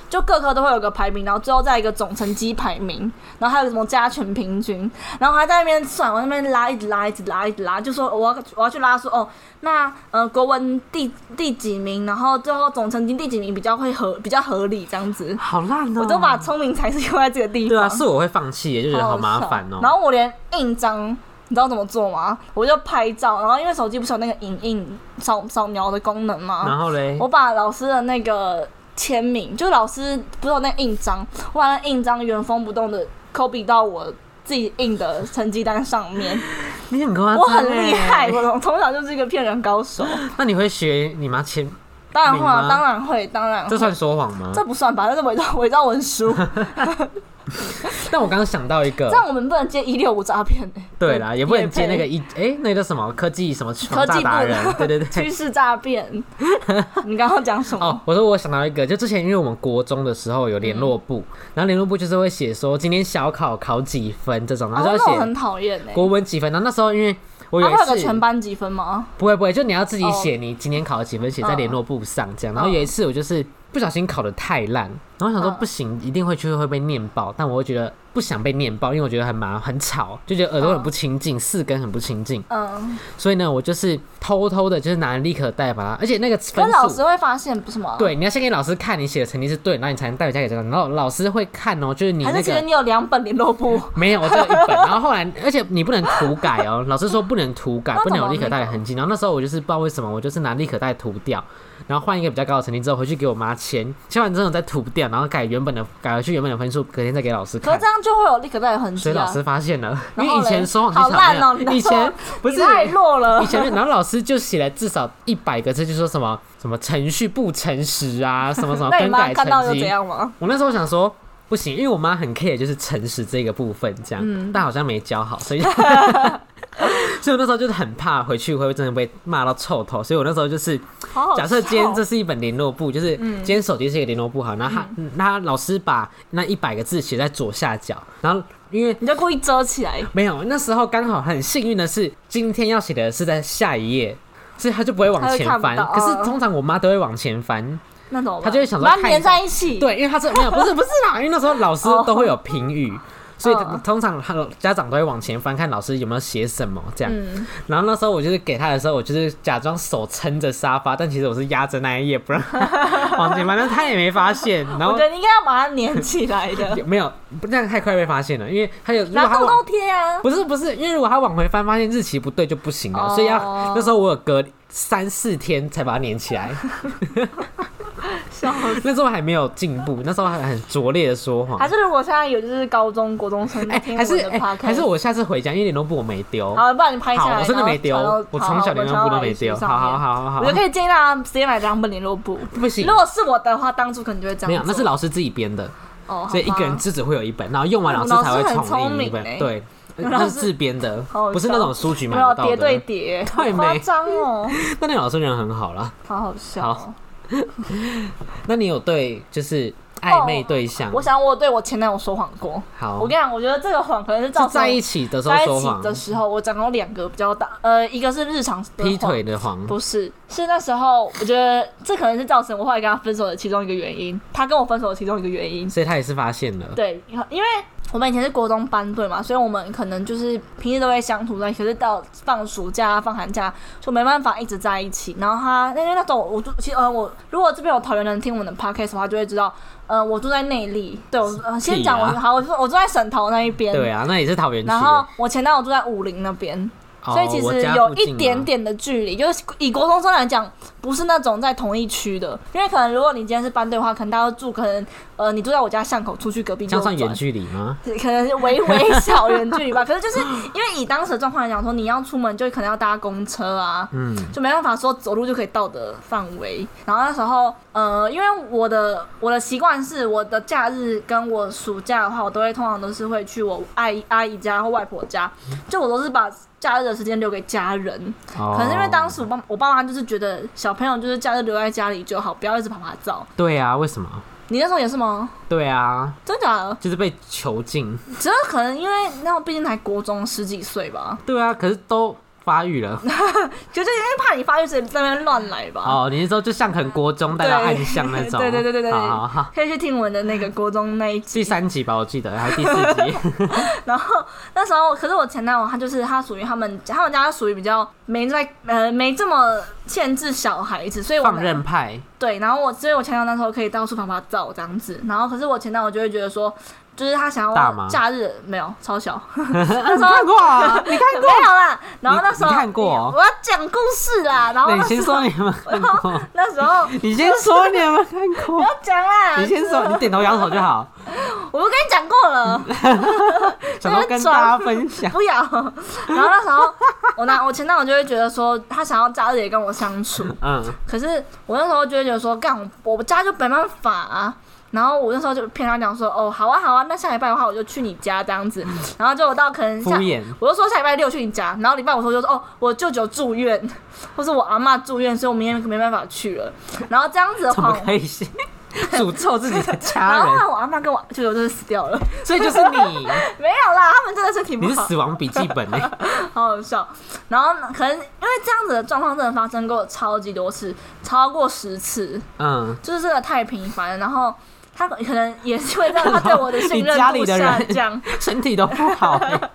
[SPEAKER 1] 就各科都会有个排名，然后最后再一个总成绩排名，然后还有什么加权平均，然后还在那边算，我在那边拉，一直拉，一直拉，一直拉，就说我要我要去拉说哦，那呃国文第第几名，然后最后总成绩第几名比较会合比较合理这样子，
[SPEAKER 2] 好烂哦、
[SPEAKER 1] 我都把聪明才是用在这个地方。
[SPEAKER 2] 对啊，是我会放弃耶，就觉得好麻烦哦、
[SPEAKER 1] 然后我连印章，你知道怎么做吗？我就拍照，然后因为手机不是有那个影印扫扫描的功能吗？
[SPEAKER 2] 然后嘞，
[SPEAKER 1] 啊我把老师的那个签名，就老师不是有那个印章，我把那印章原封不动的 copy 到我自己印的成绩单上面。
[SPEAKER 2] 你很夸张、欸，
[SPEAKER 1] 我很厉害，我从 从小就是一个骗人高手。
[SPEAKER 2] 那你会学你妈签？
[SPEAKER 1] 当然会
[SPEAKER 2] 明
[SPEAKER 1] 啊，
[SPEAKER 2] 吗
[SPEAKER 1] 当然会，当然
[SPEAKER 2] 这
[SPEAKER 1] 会。
[SPEAKER 2] 算说谎吗？
[SPEAKER 1] 这不算吧？这是伪造伪造文 书，
[SPEAKER 2] 但我刚刚想到一个
[SPEAKER 1] 这，样我们不能接一六五诈骗、欸。
[SPEAKER 2] 对啦，也不能接那个
[SPEAKER 1] 业
[SPEAKER 2] 一哎、那个叫什么科技什么
[SPEAKER 1] 科
[SPEAKER 2] 强
[SPEAKER 1] 技
[SPEAKER 2] 大
[SPEAKER 1] 部
[SPEAKER 2] 达人， 对 对
[SPEAKER 1] 配趋
[SPEAKER 2] 对。
[SPEAKER 1] 势诈 骗。你刚刚讲什么？
[SPEAKER 2] 哦，我说我想到一个，就之前因为我们国中的时候有联络部，
[SPEAKER 1] 嗯
[SPEAKER 2] 然后联络部就是会写说今天小考考几分这种，然
[SPEAKER 1] 哦，
[SPEAKER 2] 后
[SPEAKER 1] 那
[SPEAKER 2] 就
[SPEAKER 1] 我
[SPEAKER 2] 要
[SPEAKER 1] 很
[SPEAKER 2] 写
[SPEAKER 1] 讨厌哎。
[SPEAKER 2] 国文几分。然后那时候因为我有
[SPEAKER 1] 啊，
[SPEAKER 2] 一
[SPEAKER 1] 会有个
[SPEAKER 2] 次
[SPEAKER 1] 全班积分吗？
[SPEAKER 2] 不会不会，就你要自己
[SPEAKER 1] 哦
[SPEAKER 2] 写你今天考了几分，写在联络簿上这样。然后
[SPEAKER 1] 嗯
[SPEAKER 2] 有一次我就是不小心考得太烂，然后我想说
[SPEAKER 1] 嗯
[SPEAKER 2] 不行，一定会去会被念爆，但我会觉得不想被念爆，因为我觉得很麻很吵，就觉得耳朵很不清净，四根很不清净，
[SPEAKER 1] 嗯，
[SPEAKER 2] 所以呢，我就是偷偷的，就是拿立可带把它，而且那个分
[SPEAKER 1] 可是老
[SPEAKER 2] 数。
[SPEAKER 1] 师会发现不是吗？，
[SPEAKER 2] 对，你要先给老师看你写的成绩是对，然后你才能带回家给家长。然后老师会看哦、就是你
[SPEAKER 1] 还
[SPEAKER 2] 那
[SPEAKER 1] 是其实
[SPEAKER 2] 个
[SPEAKER 1] 你有两本联络 簿？
[SPEAKER 2] 没有，我只有一本。然后后来，而且你不能涂改哦、老师说不能涂 改，
[SPEAKER 1] 那
[SPEAKER 2] 不能有
[SPEAKER 1] 怎么
[SPEAKER 2] 立可带的痕迹。然后那时候我就是不知道为什么，我就是拿立可带涂掉，然后换一个比较高的成绩之后回去给我妈签，签完之后再涂掉，然后改原本的，改回去原本的分数，隔天再给老师
[SPEAKER 1] 可
[SPEAKER 2] 看
[SPEAKER 1] 是这。样就会有立刻带的痕迹
[SPEAKER 2] 所以老
[SPEAKER 1] 啊！
[SPEAKER 2] 师发现了，因
[SPEAKER 1] 然后嘞
[SPEAKER 2] 为以前说
[SPEAKER 1] 好
[SPEAKER 2] 谎技巧没
[SPEAKER 1] 烂哦
[SPEAKER 2] 有
[SPEAKER 1] 你的
[SPEAKER 2] 以前不是
[SPEAKER 1] 你太弱了
[SPEAKER 2] 以。前，然后老师就写了至少一百个字，就说什么什么程序不诚实啊，什么什么
[SPEAKER 1] 那你
[SPEAKER 2] 更
[SPEAKER 1] 妈
[SPEAKER 2] 改
[SPEAKER 1] 看到又
[SPEAKER 2] 成
[SPEAKER 1] 怎
[SPEAKER 2] 绩。
[SPEAKER 1] 样吗？
[SPEAKER 2] 我那时候想说不行，因为我妈很 care 就是诚实这个部分，这样，
[SPEAKER 1] 嗯
[SPEAKER 2] 但好像没教好， 所以所以我那时候就是很怕回去会不会真的被骂到臭头，所以我那时候就是
[SPEAKER 1] 好好笑哦嗯
[SPEAKER 2] 假设今天这是一本联络簿，就是今天手机是一个联络簿，好，然后他那老师把那一百个字写在左下角，然后因为。
[SPEAKER 1] 你就故意遮起来，
[SPEAKER 2] 没有，那时候刚好很幸运的是，今天要写的是在下一页，所以他就不会往
[SPEAKER 1] 他会
[SPEAKER 2] 前
[SPEAKER 1] 看不
[SPEAKER 2] 翻。
[SPEAKER 1] 到嗯
[SPEAKER 2] 可是通常我妈都会往前翻，
[SPEAKER 1] 那怎么办？
[SPEAKER 2] 他就会想说
[SPEAKER 1] 把它
[SPEAKER 2] 看一
[SPEAKER 1] 粘
[SPEAKER 2] 下
[SPEAKER 1] 在一起。，
[SPEAKER 2] 对，因为他是没有，不是不是啦，因为那时候老师
[SPEAKER 1] 哦
[SPEAKER 2] 都会有评语。所以
[SPEAKER 1] 嗯
[SPEAKER 2] 通常他家长都会往前翻，看老师有没有写什么这样。
[SPEAKER 1] 嗯，
[SPEAKER 2] 然后那时候我就是给他的时候，我就是假装手撑着沙发，但其实我是压着那一页不让 他往前翻，但他也没发现。然
[SPEAKER 1] 我
[SPEAKER 2] 后
[SPEAKER 1] 觉得你应该要把它粘起来的，
[SPEAKER 2] 也没 有，不那样太快被发现了，因为他有如果
[SPEAKER 1] 拿
[SPEAKER 2] 他
[SPEAKER 1] 痘
[SPEAKER 2] 往
[SPEAKER 1] 痘贴啊。
[SPEAKER 2] 不是不是，因为如果他往回翻，发现日期不对就不行了，所以要
[SPEAKER 1] 哦
[SPEAKER 2] 那时候我有隔三四天才把它粘起来。
[SPEAKER 1] 笑死！
[SPEAKER 2] 那时候还没有进步，那时候还很拙劣的说谎。
[SPEAKER 1] 还是如果现在有就是高中国中生
[SPEAKER 2] 哎、
[SPEAKER 1] 听我
[SPEAKER 2] 还是
[SPEAKER 1] 的
[SPEAKER 2] 哎、
[SPEAKER 1] podcast，
[SPEAKER 2] 还是我下次回家，因为联络簿我没丢。
[SPEAKER 1] 好，不然你拍下
[SPEAKER 2] 好，
[SPEAKER 1] 来。
[SPEAKER 2] 我真的
[SPEAKER 1] 然后
[SPEAKER 2] 没丢
[SPEAKER 1] 传到，
[SPEAKER 2] 我
[SPEAKER 1] 好
[SPEAKER 2] 从小
[SPEAKER 1] 传
[SPEAKER 2] 连联
[SPEAKER 1] 到
[SPEAKER 2] 络簿都
[SPEAKER 1] 我的
[SPEAKER 2] 没丢。
[SPEAKER 1] 上
[SPEAKER 2] 好
[SPEAKER 1] 面
[SPEAKER 2] 好好好
[SPEAKER 1] 我就
[SPEAKER 2] 好，
[SPEAKER 1] 可以建议大家直接买两本联络簿。
[SPEAKER 2] 不行
[SPEAKER 1] 如，果是我的话，当初可能就会这样做。
[SPEAKER 2] 没有，那是老师自己编的，
[SPEAKER 1] 哦，好
[SPEAKER 2] 所以一个人
[SPEAKER 1] 吧
[SPEAKER 2] 就只会有一本，然后用完老师
[SPEAKER 1] 老师
[SPEAKER 2] 才会
[SPEAKER 1] 很聪
[SPEAKER 2] 重印一
[SPEAKER 1] 明
[SPEAKER 2] 本。
[SPEAKER 1] 欸
[SPEAKER 2] 对，
[SPEAKER 1] 老
[SPEAKER 2] 那是
[SPEAKER 1] 师
[SPEAKER 2] 自编的
[SPEAKER 1] 好好，
[SPEAKER 2] 不是那
[SPEAKER 1] 笑
[SPEAKER 2] 种书局买
[SPEAKER 1] 没
[SPEAKER 2] 不
[SPEAKER 1] 有
[SPEAKER 2] 到
[SPEAKER 1] 叠对
[SPEAKER 2] 的。
[SPEAKER 1] 叠，
[SPEAKER 2] 太
[SPEAKER 1] 好夸
[SPEAKER 2] 美
[SPEAKER 1] 张 哦，
[SPEAKER 2] 但那老师人很好啦。
[SPEAKER 1] 好好笑哦。
[SPEAKER 2] 那你有对就是暧昧对象？
[SPEAKER 1] 哦我想我对我前男友说谎过。
[SPEAKER 2] 好，
[SPEAKER 1] 我跟你讲，我觉得这个谎可能是造
[SPEAKER 2] 是
[SPEAKER 1] 成
[SPEAKER 2] 在一
[SPEAKER 1] 起
[SPEAKER 2] 起的时候
[SPEAKER 1] 在一
[SPEAKER 2] 说
[SPEAKER 1] 起
[SPEAKER 2] 谎，
[SPEAKER 1] 的时候，我讲过两个比较大，呃，一个是日常的
[SPEAKER 2] 劈
[SPEAKER 1] 谎
[SPEAKER 2] 腿的谎，
[SPEAKER 1] 不是，是那时候我觉得这可能是造成我后来跟他分手的其中一个原因，他跟我分手的其中一个原因。
[SPEAKER 2] 所以他也是发现 了。
[SPEAKER 1] 对，因为我们以前是国中班队嘛，所以我们可能就是平时都会相处在，可是到放暑假、放寒假就没办法一直在一起。然后他因为那种我住，其实呃，我如果这边有桃园人听我们 的 podcast 的话，就会知道，呃，我住在内坜，对我、呃、先讲我、
[SPEAKER 2] 屁啊
[SPEAKER 1] 好，我住我住在省头那一边，
[SPEAKER 2] 对啊，那也是桃园区。
[SPEAKER 1] 然后我前男友住在武陵那边，
[SPEAKER 2] 哦
[SPEAKER 1] 所以其
[SPEAKER 2] 我
[SPEAKER 1] 实
[SPEAKER 2] 家
[SPEAKER 1] 有
[SPEAKER 2] 附
[SPEAKER 1] 一
[SPEAKER 2] 近啊
[SPEAKER 1] 点点的距离，就是以国中生来讲，不是那种在同一区的，因为可能如果你今天是班队的话，可能大家都住，可能呃你住在我家巷口，出去隔壁
[SPEAKER 2] 这
[SPEAKER 1] 就
[SPEAKER 2] 样算远距离吗？
[SPEAKER 1] 可能是微微小远距离吧。可是就是因为以当时的状况来讲，说你要出门就可能要搭公车啊，
[SPEAKER 2] 嗯，
[SPEAKER 1] 就没办法说走路就可以到的范围。然后那时候，呃，因为我的我的习惯是，我的假日跟我暑假的话，我都会通常都是会去我阿姨阿姨家或外婆家，就我都是把假日的时间留给家人。
[SPEAKER 2] 可
[SPEAKER 1] 可能是因为当时我爸我爸妈就是觉得小朋友就是假日留在家里就好，不要一直爬爬照。
[SPEAKER 2] 对啊，为什么？
[SPEAKER 1] 你那时候也是吗？
[SPEAKER 2] 对啊，
[SPEAKER 1] 真假的？
[SPEAKER 2] 就是被囚禁。
[SPEAKER 1] 只是可能因为那时候毕竟才国中十几岁吧，
[SPEAKER 2] 对啊，可是都发 育了。
[SPEAKER 1] 就是因为怕你发育所以在那边乱来吧。
[SPEAKER 2] 哦，你是说就像可能国中带到
[SPEAKER 1] 对
[SPEAKER 2] 暗巷那种？
[SPEAKER 1] 对对对对对对
[SPEAKER 2] 好好好，
[SPEAKER 1] 可以去听我们的那个国中那一集
[SPEAKER 2] 第三集吧，我记得还是第四 集。
[SPEAKER 1] 然后那时候，可是我前男友他就是他属于他们他们家属于比较没在呃没这么限制小孩子，所以我
[SPEAKER 2] 放
[SPEAKER 1] 们
[SPEAKER 2] 任派，
[SPEAKER 1] 对，然后我所以我前男友那时候可以到处跑跑照这样子，然后可是我前男友就会觉得说，就是他想
[SPEAKER 2] 大吗
[SPEAKER 1] 要假日没有超小，那时候
[SPEAKER 2] 看过啊？你看
[SPEAKER 1] 没有啦，然后那时候
[SPEAKER 2] 你看过哦
[SPEAKER 1] 我要讲故事啦，然后
[SPEAKER 2] 过？你
[SPEAKER 1] 那
[SPEAKER 2] 先
[SPEAKER 1] 时候
[SPEAKER 2] 说你有没有看过？
[SPEAKER 1] 那时候
[SPEAKER 2] 你先说你有没有看 过？
[SPEAKER 1] 讲啦，
[SPEAKER 2] 你先说，你点头摇头就好。
[SPEAKER 1] 我都跟你讲过了。
[SPEAKER 2] 嗯想要跟大家分 享。
[SPEAKER 1] 不要。然后那时候我男我前男友就会觉得说，他想要假日也跟我相处，
[SPEAKER 2] 嗯，
[SPEAKER 1] 可是我那时候就会觉得说，干我我家就没办法啊。然后我那时候就骗他讲说，哦，好啊好啊，那下礼拜的话我就去你家这样子。然后就我到可能
[SPEAKER 2] 嗯敷
[SPEAKER 1] 下
[SPEAKER 2] 衍，
[SPEAKER 1] 我就说下礼拜六去你家，然后礼拜五的时候就说，哦，我舅舅住院，或是我阿嬷住院，所以我明天没办法去了。然后这样子的
[SPEAKER 2] 怎
[SPEAKER 1] 话
[SPEAKER 2] 么。可以先 诅咒自己
[SPEAKER 1] 哦
[SPEAKER 2] 的
[SPEAKER 1] 然
[SPEAKER 2] 家
[SPEAKER 1] 后后来
[SPEAKER 2] 人？
[SPEAKER 1] 我阿嬷跟我舅舅就是死掉了，
[SPEAKER 2] 所以就是你，
[SPEAKER 1] 没有啦，他们真的是挺不
[SPEAKER 2] 你
[SPEAKER 1] 好。
[SPEAKER 2] 是死亡笔记本哎、
[SPEAKER 1] 好好笑。然后呢可能因为这样子的状况真的发生过超级多次，超过十次，
[SPEAKER 2] 嗯，
[SPEAKER 1] 就是这个太频繁了。然后他可能也是会让他对我的信
[SPEAKER 2] 你
[SPEAKER 1] 任
[SPEAKER 2] 家
[SPEAKER 1] 度
[SPEAKER 2] 里的
[SPEAKER 1] 下
[SPEAKER 2] 人
[SPEAKER 1] 降，
[SPEAKER 2] 身体都不好、欸，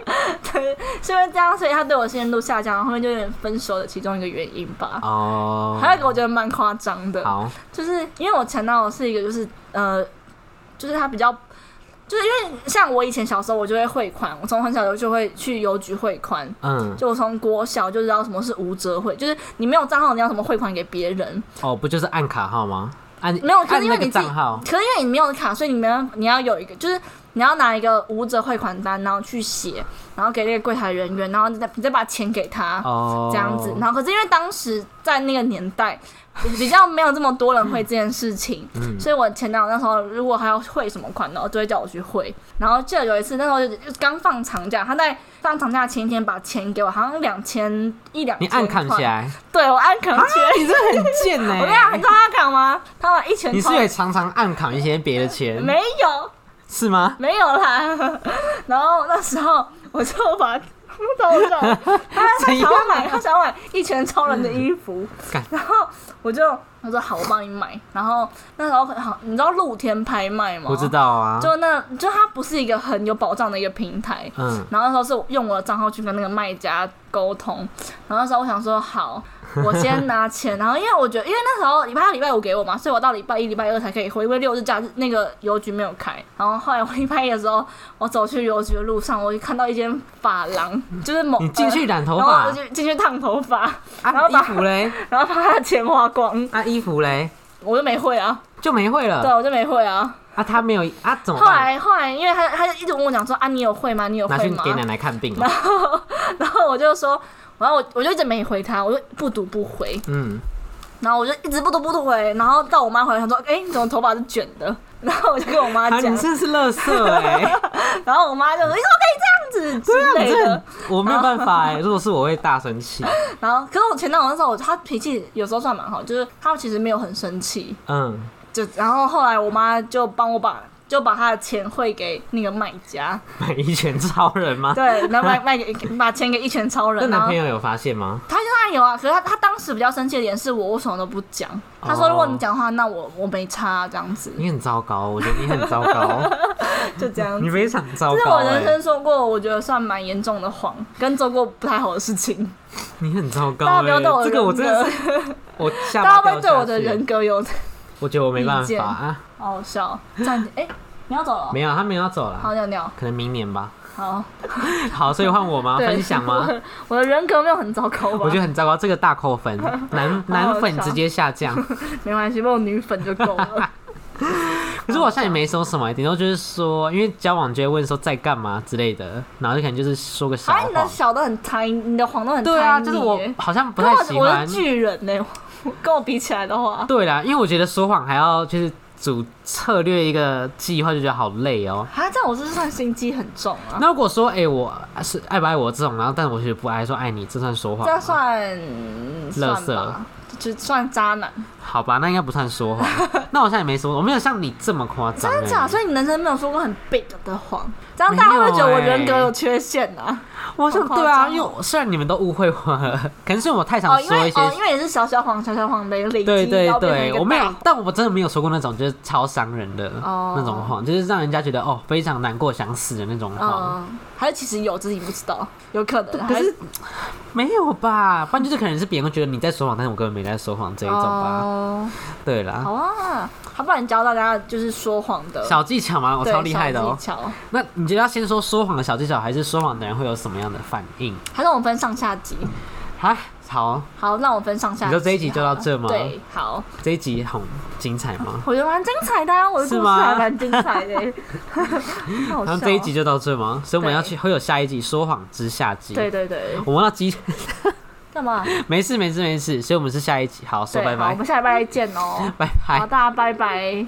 [SPEAKER 1] 对，是因为这样，所以他对我信任度下降，后面就有点分手的其中一个原因吧。
[SPEAKER 2] 哦，
[SPEAKER 1] 还有一个我觉得蛮夸张的，
[SPEAKER 2] 好，
[SPEAKER 1] 就是因为我前男友是一个就是呃，就是他比较，就是因为像我以前小时候我就会汇款，我从很小就会去邮局汇款，
[SPEAKER 2] 嗯，
[SPEAKER 1] 就我从国小就知道什么是无折汇，就是你没有账号你要怎么汇款给别人，
[SPEAKER 2] 哦，不就是按卡号吗？按
[SPEAKER 1] 没有可
[SPEAKER 2] 按
[SPEAKER 1] 是因为
[SPEAKER 2] 那个
[SPEAKER 1] 你自己
[SPEAKER 2] 账号，
[SPEAKER 1] 可是因为你没有卡，所以你没办法，你要有一个，就是你要拿一个无折汇款单，然后去写，然后给那个柜台人员，然后你再你再把钱给他，
[SPEAKER 2] 哦，
[SPEAKER 1] 这样子。然后可是因为当时在那个年代，比较没有这么多人会这件事情，
[SPEAKER 2] 嗯
[SPEAKER 1] 所以我前男友那时候如果还要汇什么款，然后就会叫我去汇。然后记得有一次，那时候就就刚放长假，他在放长假前一天把钱给我，好像两千一两
[SPEAKER 2] 你
[SPEAKER 1] 千
[SPEAKER 2] 按
[SPEAKER 1] 块
[SPEAKER 2] 砍起，来，
[SPEAKER 1] 对我按扛起来。
[SPEAKER 2] 你这很贱呢、
[SPEAKER 1] 我跟你讲，你知道他扛吗？他把一拳
[SPEAKER 2] 你是
[SPEAKER 1] 头
[SPEAKER 2] 也常常暗扛一些别的钱，
[SPEAKER 1] 没有。
[SPEAKER 2] 是吗？
[SPEAKER 1] 没有啦。 然后那时候我就把， 我知道，他他想
[SPEAKER 2] 怎样嗯
[SPEAKER 1] 要买，他想要买一拳超人的衣服
[SPEAKER 2] 干，
[SPEAKER 1] 然后我就我说好，我帮你买。然后那时候可好，你知道露天拍卖吗？
[SPEAKER 2] 不知。道啊，
[SPEAKER 1] 就那就它不是一个很有保障的一个平台，
[SPEAKER 2] 嗯，
[SPEAKER 1] 然后那时候是用我的账号去跟那个卖家沟通，然后那时候我想说 好，我先拿钱，然后因为我觉得，因为那时候礼拜二、礼拜五给我嘛，所以我到礼拜一、礼拜二才可以回，因为六日假日那个邮局没有开。然后后来我礼拜一的时候，我走去邮局的路上，我就看到一间发廊， 就是某
[SPEAKER 2] 你进去染头
[SPEAKER 1] 呃然后
[SPEAKER 2] 发
[SPEAKER 1] 我，就进去烫头发，然
[SPEAKER 2] 啊，
[SPEAKER 1] 后把
[SPEAKER 2] 衣服嘞，
[SPEAKER 1] 然后把他的钱花光，
[SPEAKER 2] 啊，衣服嘞，
[SPEAKER 1] 我就没会啊，
[SPEAKER 2] 就没会
[SPEAKER 1] 对，
[SPEAKER 2] 了。
[SPEAKER 1] 我就没会啊。
[SPEAKER 2] 啊，他没有啊，怎么
[SPEAKER 1] 后
[SPEAKER 2] 办？
[SPEAKER 1] 来后来，因为他他就一直问我讲说啊，你有会吗？你有
[SPEAKER 2] 拿
[SPEAKER 1] 会
[SPEAKER 2] 去
[SPEAKER 1] 吗？
[SPEAKER 2] 给奶奶看病哦。
[SPEAKER 1] 然后我就说，然后我我就一直没回他，我就不读不回，
[SPEAKER 2] 嗯，
[SPEAKER 1] 然后我就一直不读不回，然后到我妈回来，她说，哎、你怎么头发是卷的？ 然后我就跟我妈
[SPEAKER 2] 啊，你
[SPEAKER 1] 讲，
[SPEAKER 2] 真是乐色 哎！
[SPEAKER 1] 然后我妈就说，你怎么可以这样子
[SPEAKER 2] 对啊，
[SPEAKER 1] 之
[SPEAKER 2] 你
[SPEAKER 1] 类
[SPEAKER 2] 这
[SPEAKER 1] 的
[SPEAKER 2] 很。，我没有办法哎。如果是我会大生气。
[SPEAKER 1] 然后，可是我前男友那时候，我他脾气有时候算蛮好，就是他其实没有很生气。
[SPEAKER 2] 嗯，
[SPEAKER 1] 就然后后来我妈就帮我把就把他的钱汇给那个卖家，
[SPEAKER 2] 买一拳超人吗？
[SPEAKER 1] 对，啊然后 卖卖给把钱给一拳超
[SPEAKER 2] 那
[SPEAKER 1] 人。然
[SPEAKER 2] 男
[SPEAKER 1] 后
[SPEAKER 2] 朋友有发现吗？
[SPEAKER 1] 他当然有啊，可是他他当时比较生气的点是我我什么都不讲，他说如果你讲的话，那我我没差啊这样子，
[SPEAKER 2] 哦你很 糟糕，我觉得你很 糟糕，
[SPEAKER 1] 就这样
[SPEAKER 2] 你
[SPEAKER 1] 子。
[SPEAKER 2] 非常糟
[SPEAKER 1] 这是
[SPEAKER 2] 糕
[SPEAKER 1] 我人
[SPEAKER 2] 哎
[SPEAKER 1] 生，说过我觉得算蛮严重的谎，跟做过不太好的事 情。
[SPEAKER 2] 你很糟
[SPEAKER 1] 大家
[SPEAKER 2] 糕
[SPEAKER 1] 不要对我
[SPEAKER 2] 哎。
[SPEAKER 1] 的
[SPEAKER 2] 这个我
[SPEAKER 1] 人
[SPEAKER 2] 真的
[SPEAKER 1] 格
[SPEAKER 2] 是，，我下
[SPEAKER 1] 大家
[SPEAKER 2] 巴
[SPEAKER 1] 会不会
[SPEAKER 2] 掉
[SPEAKER 1] 对我的
[SPEAKER 2] 下去
[SPEAKER 1] 人格有
[SPEAKER 2] 我觉得我没办
[SPEAKER 1] 意
[SPEAKER 2] 法
[SPEAKER 1] 见
[SPEAKER 2] 啊，
[SPEAKER 1] 好好笑？这样子，哎、你要走了？
[SPEAKER 2] 没有，他没有要走了，
[SPEAKER 1] 好尿尿，
[SPEAKER 2] 可能明年吧。
[SPEAKER 1] 好，
[SPEAKER 2] 好，所以换我吗？
[SPEAKER 1] 对，
[SPEAKER 2] 分享吗？？
[SPEAKER 1] 我的人格没有很糟糕吧？
[SPEAKER 2] 我觉得很糟糕，这个大 扣分，男男粉
[SPEAKER 1] 笑
[SPEAKER 2] 直接下降。
[SPEAKER 1] 没关系，我有女粉就 够了。
[SPEAKER 2] 可是我好像也没说什么，顶多就是说，因为交往就会问说在干嘛之类的，然后就可能就是说个小
[SPEAKER 1] 哎、你的
[SPEAKER 2] 谎。
[SPEAKER 1] 小都很贪，你的谎都很贪
[SPEAKER 2] 对啊，就是我
[SPEAKER 1] 耶
[SPEAKER 2] 好像不
[SPEAKER 1] 跟
[SPEAKER 2] 太
[SPEAKER 1] 我
[SPEAKER 2] 喜
[SPEAKER 1] 我
[SPEAKER 2] 欢
[SPEAKER 1] 是。巨人呢、 我跟我比起来的话，
[SPEAKER 2] 对啦，因为我觉得说谎还要就是组策略一个计划，就觉得好累哦。
[SPEAKER 1] 啊，这样我是不是算心机很重啊，
[SPEAKER 2] 那如果说，哎、我是爱不爱我这种，然后但我觉得不爱，说爱你，这算说谎
[SPEAKER 1] 这
[SPEAKER 2] 吗
[SPEAKER 1] 样？算
[SPEAKER 2] 垃
[SPEAKER 1] 算
[SPEAKER 2] 圾
[SPEAKER 1] 吧，就算渣男，
[SPEAKER 2] 好吧，那应该不算 说谎。那我好像也没说，我没有像你这么夸张、欸。
[SPEAKER 1] 真假？所以你人生没有说过很 big 的谎，这样大家会不会觉
[SPEAKER 2] 欸
[SPEAKER 1] 得我人格有缺陷啊？
[SPEAKER 2] 我想
[SPEAKER 1] 好夸
[SPEAKER 2] 对啊，
[SPEAKER 1] 张
[SPEAKER 2] 因为我虽然你们都误会我了，可能是我太常
[SPEAKER 1] 哦，因
[SPEAKER 2] 说一
[SPEAKER 1] 为
[SPEAKER 2] 些。
[SPEAKER 1] 哦，因为也是小小谎，小小谎被累积，
[SPEAKER 2] 对对
[SPEAKER 1] 然后变成一
[SPEAKER 2] 对，
[SPEAKER 1] 个
[SPEAKER 2] 我没有
[SPEAKER 1] 大，
[SPEAKER 2] 但我真的没有说过那种就是超伤人的
[SPEAKER 1] 哦
[SPEAKER 2] 那种谎，就是让人家觉得哦非常难过、想死的那种谎。
[SPEAKER 1] 嗯，还是其实有，只是你不知道，有可能。
[SPEAKER 2] 可
[SPEAKER 1] 还
[SPEAKER 2] 是没有吧？不然就是可能是别人会觉得你在说谎，但是我根本没在说谎这一种吧？
[SPEAKER 1] 哦，
[SPEAKER 2] 对啦
[SPEAKER 1] 好，啊，好，不然你教大家就是说谎的
[SPEAKER 2] 小技巧嘛，我
[SPEAKER 1] 对
[SPEAKER 2] 超厉害的
[SPEAKER 1] 小
[SPEAKER 2] 哦
[SPEAKER 1] 技。巧，
[SPEAKER 2] 那你觉得要先说说谎的小技巧，还是说谎的人会有什么样的反应？
[SPEAKER 1] 还是我们分上下集？
[SPEAKER 2] 啊，好，
[SPEAKER 1] 好，那我们分上下集好
[SPEAKER 2] 你
[SPEAKER 1] 了。
[SPEAKER 2] 说这一集就到这吗
[SPEAKER 1] 对，好，
[SPEAKER 2] 这一集很精彩吗？
[SPEAKER 1] 我觉得蛮精彩的啊，我的故
[SPEAKER 2] 是
[SPEAKER 1] 事
[SPEAKER 2] 吗
[SPEAKER 1] 还蛮精彩的欸。 好笑
[SPEAKER 2] 然后
[SPEAKER 1] 啊哦
[SPEAKER 2] 这一集就到这吗？所以我们
[SPEAKER 1] 对
[SPEAKER 2] 要去会有下一集说谎之下集。
[SPEAKER 1] 对对对，
[SPEAKER 2] 我们要集，
[SPEAKER 1] 干嘛？
[SPEAKER 2] 没事没事没事，所以我们是下一集，好说
[SPEAKER 1] 对，
[SPEAKER 2] 拜
[SPEAKER 1] 好，我
[SPEAKER 2] 拜
[SPEAKER 1] 们下礼拜再见哦。
[SPEAKER 2] 拜拜
[SPEAKER 1] 好，。大家拜拜。